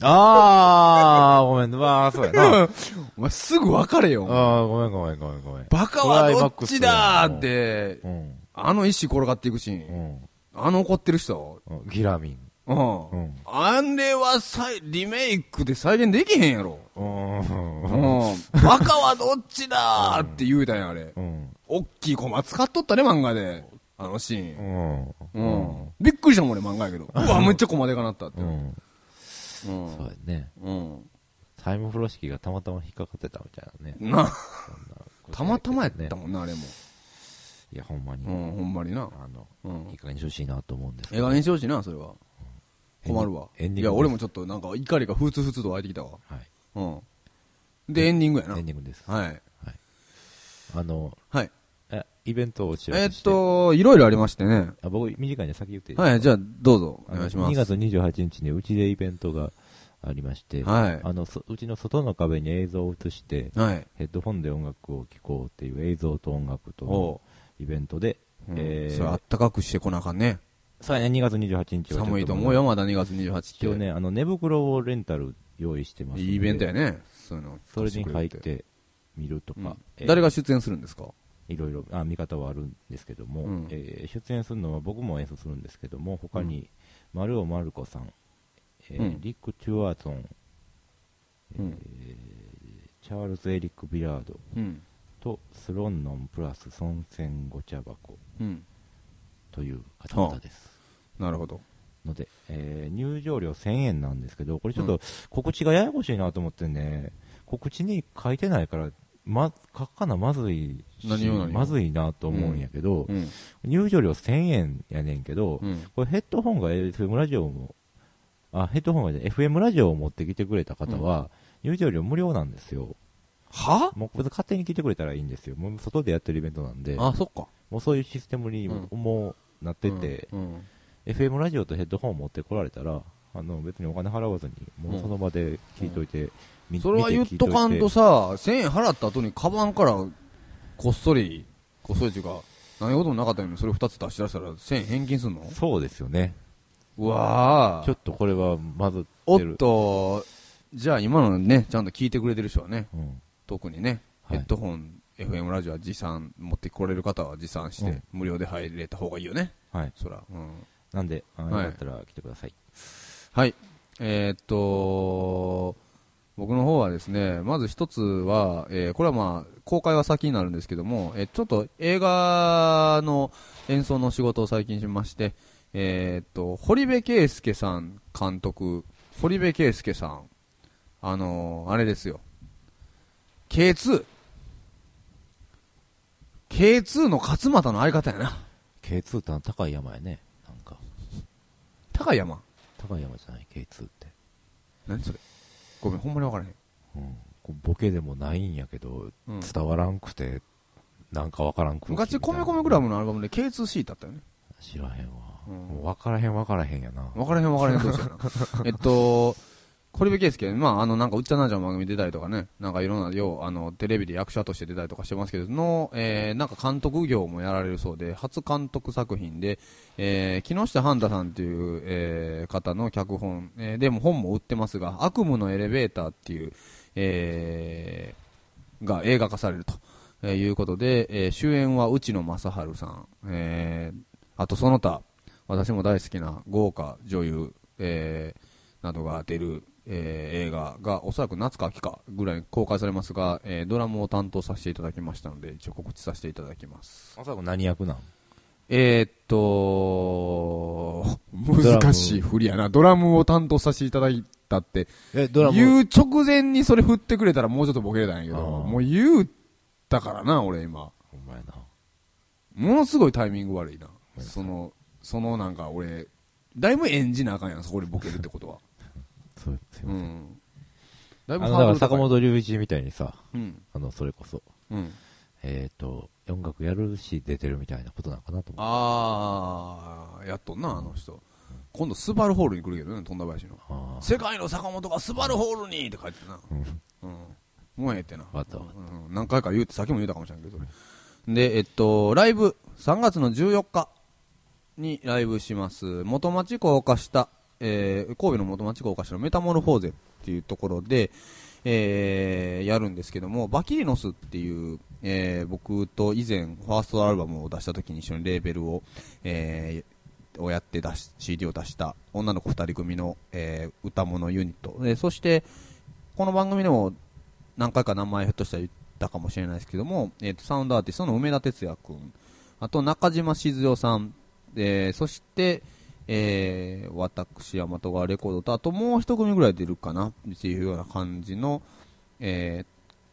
S1: あー、ごめん、わあ、そうやな。
S2: (laughs) お前すぐ別れよ。
S1: ああ、ごめんごめんごめんごめん。
S2: バカはどっちだーっ
S1: クラ
S2: て
S1: イマックスや、ん。
S2: あの石転がっていくシ
S1: う
S2: ーン。
S1: ん。
S2: あの怒ってる人。
S1: うん。ギラミン。
S2: う
S1: うんん。
S2: あれは再、リメイクで再現できへんやろ。
S1: うん。
S2: うん。バカはどっちだーって言うたんや、あれ
S1: う。ん。
S2: おっきいコマ使っとったね、漫画で。あのシー
S1: う
S2: ン。
S1: ん。
S2: うん。びっくりしたもん、俺、漫画や
S1: (laughs)
S2: けど。うわ、めっちゃコマでかなったって。
S1: う
S2: うん。
S1: ん。そうやね。
S2: うん。
S1: タイム風呂式がたまたま引っかかってたみたいなね。
S2: な、
S1: た
S2: たまたまやったもんな、あれも。
S1: いや、ほんまに
S2: う。ん、ほんまにな。
S1: あの、
S2: うん
S1: い。い加減にしてほしいなと思うんですけ
S2: 映
S1: ど。
S2: 画にしてほしいな、それは。困るわ。
S1: エンディング
S2: いや、俺もちょっとなんか怒りがふつふつと湧いてきたわ。
S1: はい。
S2: うん。で、エンディングやな
S1: エン。ディングです。
S2: はい。
S1: あの、
S2: はい。
S1: え、イベントをお知ら
S2: え
S1: せ
S2: ーっ
S1: して。
S2: と、いろいろありましてね。
S1: あ、僕、短いんで先言っていいですか
S2: はい、じゃあ、どうぞ。お願いしま
S1: 2
S2: す。
S1: 月28日にうちでイベントがありまして、
S2: はい
S1: あのそうちの外の壁に映像を映して、
S2: はい。
S1: ヘッドホンで音楽を聴こうっていう映像と音楽と
S2: お
S1: のイベントで、
S2: うん
S1: えー
S2: それあったかくしてこなあかんね。
S1: そうやね、2月28日は
S2: 寒いと思うよ、。まだ2月28日って。
S1: 一応ね、あの寝袋をレンタル用意してますんで
S2: いいイベントやね。そういうの。
S1: それに入っ。てみるとか、えー
S2: 誰が出演するんですか
S1: いろいろあ見方はあるんですけども、
S2: うん
S1: えー出演するのは僕も演奏するんですけども、他に丸尾丸子さん、えー
S2: うん
S1: リック・チュワーソン、
S2: うん
S1: チャールズ・エリック・ビラード
S2: うん。
S1: とスロンノンプラス孫ンご茶箱
S2: うん。
S1: という方々です。
S2: なるほど。
S1: ので、えー入場料1000円なんですけど、これちょっと告知がややこしいなと思ってね、告知に書いてないから、ま、書かなまずいし
S2: 何を何を
S1: まずいなと思うんやけど、
S2: うん。
S1: 入場料1000円やねんけど、
S2: うん。
S1: これヘッドホンが FM ラジオも、あ、ヘッドホンがね FM ラジオを持ってきてくれた方は、入場料無料なんですよ。
S2: は
S1: もうこれ勝手に来てくれたらいいんですよ。もう外でやってるイベントなんで、
S2: あ、そっか。
S1: もうそういうシステムにも,、うなってて、
S2: うん。
S1: FM ラジオとヘッドホン持ってこられたら、あの別にお金払わずに、もうその場で聞いといて、み
S2: それは言っとかんと、さ、1000円払った後にカバンからこっそり、こっそりっていうか、何事もなかったのにそれ2つ出し出したら1000円返金すんの
S1: 見て聞いといてそうですよね。
S2: うわ
S1: ちょ
S2: ぁ。
S1: っとこれはまずっ
S2: お
S1: てる
S2: っ。と、じゃあ今のね、ちゃんと聞いてくれてる人はね、
S1: うん
S2: 特にね、
S1: はい
S2: ヘッドホン、FM ラジオは持参、持ってこれる方は持参して、
S1: うん
S2: 無料で入れた方がいいよね。
S1: はい。
S2: そら。うん。
S1: なんで、あよ
S2: はい
S1: かったら来てください。
S2: はい。えーっと、僕の方はですね、まず一つは、えーこれはまあ、公開は先になるんですけども、えーちょっと映画の演奏の仕事を最近しまして、えーっと、堀部圭介さん監督、堀部圭介さん、あのーあれですよ、K2、K2 の勝俣の相方やな。
S1: K2 ってあの高い山やね。なんか、
S2: 高山。
S1: 高い山じゃない K2 って。
S2: 何それごめん、ほんまにわからへん。
S1: うん。こうボケでもないんやけど、
S2: うん
S1: 伝わらんくて、なんかわからん空気みたいな
S2: 昔、コメコメクラブのアルバムで K2C だったよね。
S1: 知らへんわ。
S2: うん
S1: もう分からへん分からへんやな。
S2: わからへんわからへん、どうしようか
S1: (laughs)
S2: な。えっと、堀部圭介、まあ、あの、なんか、うっちゃなんちゃの番組出たりとかね、なんかいろんな、よう、あの、テレビで役者として出たりとかしてますけど、の、えー、なんか監督業もやられるそうで、初監督作品で、えー、木下半太さんっていう、えー、方の脚本、えー、でも本も売ってますが、悪夢のエレベーターっていう、えー、が映画化されると、えーいうことで、えー主演は内野正治さん、えー、あとその他、私も大好きな豪華女優、えーなどが出る、えー映画がおそらく夏か秋かぐらいに公開されますが、えードラムを担当させていただきましたので一応告知させていただきます
S1: まさか何役なん
S2: えー、っと
S1: ドラム
S2: 難しい振りやなドラムを担当させていただいたって
S1: え、ドラム。
S2: 言う直前にそれ振ってくれたらもうちょっとボケれたんやけど
S1: あー
S2: もう言うたからな俺今
S1: ほんまやな。
S2: ものすごいタイミング悪いな。
S1: めんなさい
S2: その、そのなんか俺、だいぶ演じなあかんやん、そこでボケるってことは。
S1: そう、 (laughs) すいうません。
S2: ん。だ
S1: あ
S2: いぶ
S1: の、だか
S2: ハード
S1: ら
S2: ル高
S1: 坂
S2: い。
S1: 本龍一みたいにさ、
S2: うん。
S1: あの、それこそ、
S2: うん。
S1: えっ、と、音楽やるし出てるみたいなことなのかなと思って。
S2: あー、やっとんな、あの人。今度、スバルホールに来るけどね、富田林の。
S1: あ
S2: 世界の坂本がスバルホールにって書いてたな。
S1: あ。うん。
S2: うん。もうええってな。
S1: わかったわかっ
S2: うん何回か言うって、先も言うたかもしれんけど。で、えっと、ライブ、3月の14日にライブします。元町高架下、えー、神戸の元町高架下のメタモルフォーゼっていうところで、えー、やるんですけども、バキリノスっていう、えー、僕と以前、ファーストアルバムを出した時に一緒にレーベルを、えー、をやって出し、CD を出した女の子二人組の、えー、歌物ユニット。でそして、この番組でも何回か名前ひょっとしたら言ったかもしれないですけども、えー、とサウンドアーティストの梅田哲也君あと中島静代さん、えーそして、えー私大和川レコードとあともう一組ぐらい出るかなっていうような感じの、え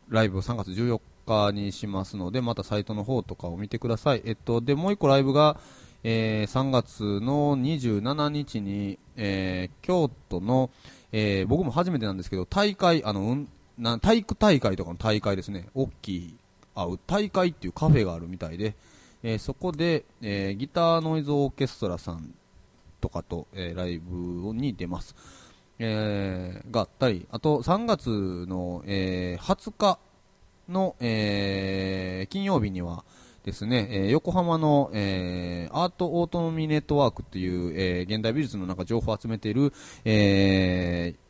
S2: ーライブを3月14日にしますのでまたサイトの方とかを見てください、えっと、でもう一個ライブが、えー3月の27日に、えー京都の、えー僕も初めてなんですけど大会あの、うん、な体育大会とかの大会ですね大きいあ大会っていうカフェがあるみたいで、えーそこで、えーギターノイズオーケストラさんとかと、えーライブに出ます、えーがあったりあと3月の、えー20日の、えー金曜日にはですね、えー横浜の、えーアートオートミネットワークっていう、えー現代美術のなんか情報を集めている、えー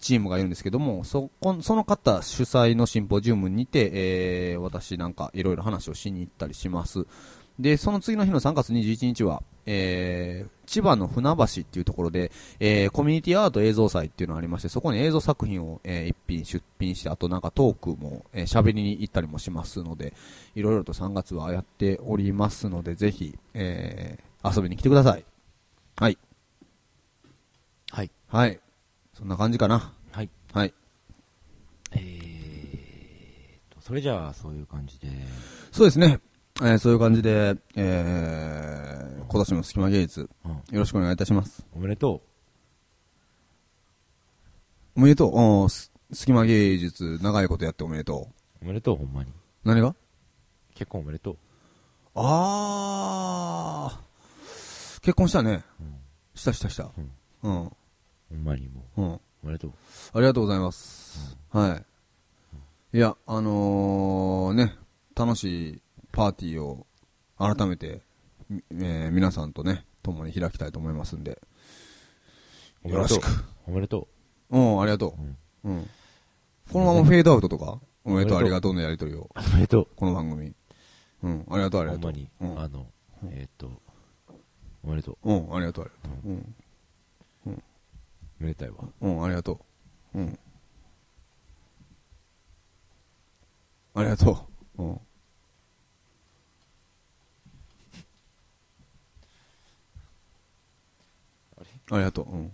S2: チームがいるんですけどもそこその方主催のシンポジウムにて、えー私なんかいろいろ話をしに行ったりしますでその次の日の3月21日は、えー千葉の船橋っていうところで、えーコミュニティアート映像祭っていうのがありましてそこに映像作品を、えー一品出品してあとなんかトークもえー喋、りに行ったりもしますのでいろいろと3月はやっておりますのでぜひ、えー遊びに来てくださいはい
S1: はい。
S2: はい。そんな感じかな。
S1: はい。
S2: はい。
S1: えーっと、それじゃあ、そういう感じで。
S2: そうですね。えーそういう感じで、えー、今年も隙間芸術、
S1: うん
S2: よろしくお願いいたします。
S1: おめでと
S2: おめでとう。おーす隙間芸術、長いことやっておめでと
S1: う。おめでとう、ほんまに。
S2: う。何が
S1: 結婚おめでとう。
S2: あー、結婚したね。
S1: うん。
S2: したしたした。うん。
S1: ほんまにもう。
S2: うん。
S1: おめでとう。
S2: ありがとうございます。はい。いや、あのー、ね、楽しいパーティーを改めて、みえー皆さんとね、共に開きたいと思いますんで。
S1: おめでとう
S2: よろしく。
S1: おめでと
S2: うん、ありがと
S1: う。うん
S2: う。うん。このままフェードアウトとか、おめでとう、
S1: おめでと
S2: あ
S1: う
S2: りがとうのやりとりを、
S1: おめでとう。
S2: この番組。うん、ありがとう、あり
S1: ほ
S2: が
S1: ん
S2: と
S1: ま
S2: う。
S1: に。
S2: うん
S1: あの、えーっと、おめでとう。
S2: うん、ありがとう、ありがとう。うん、
S1: めでたいわ。
S2: うん、ありがとう。うん。ありがとう。うん。ありがとう。うん。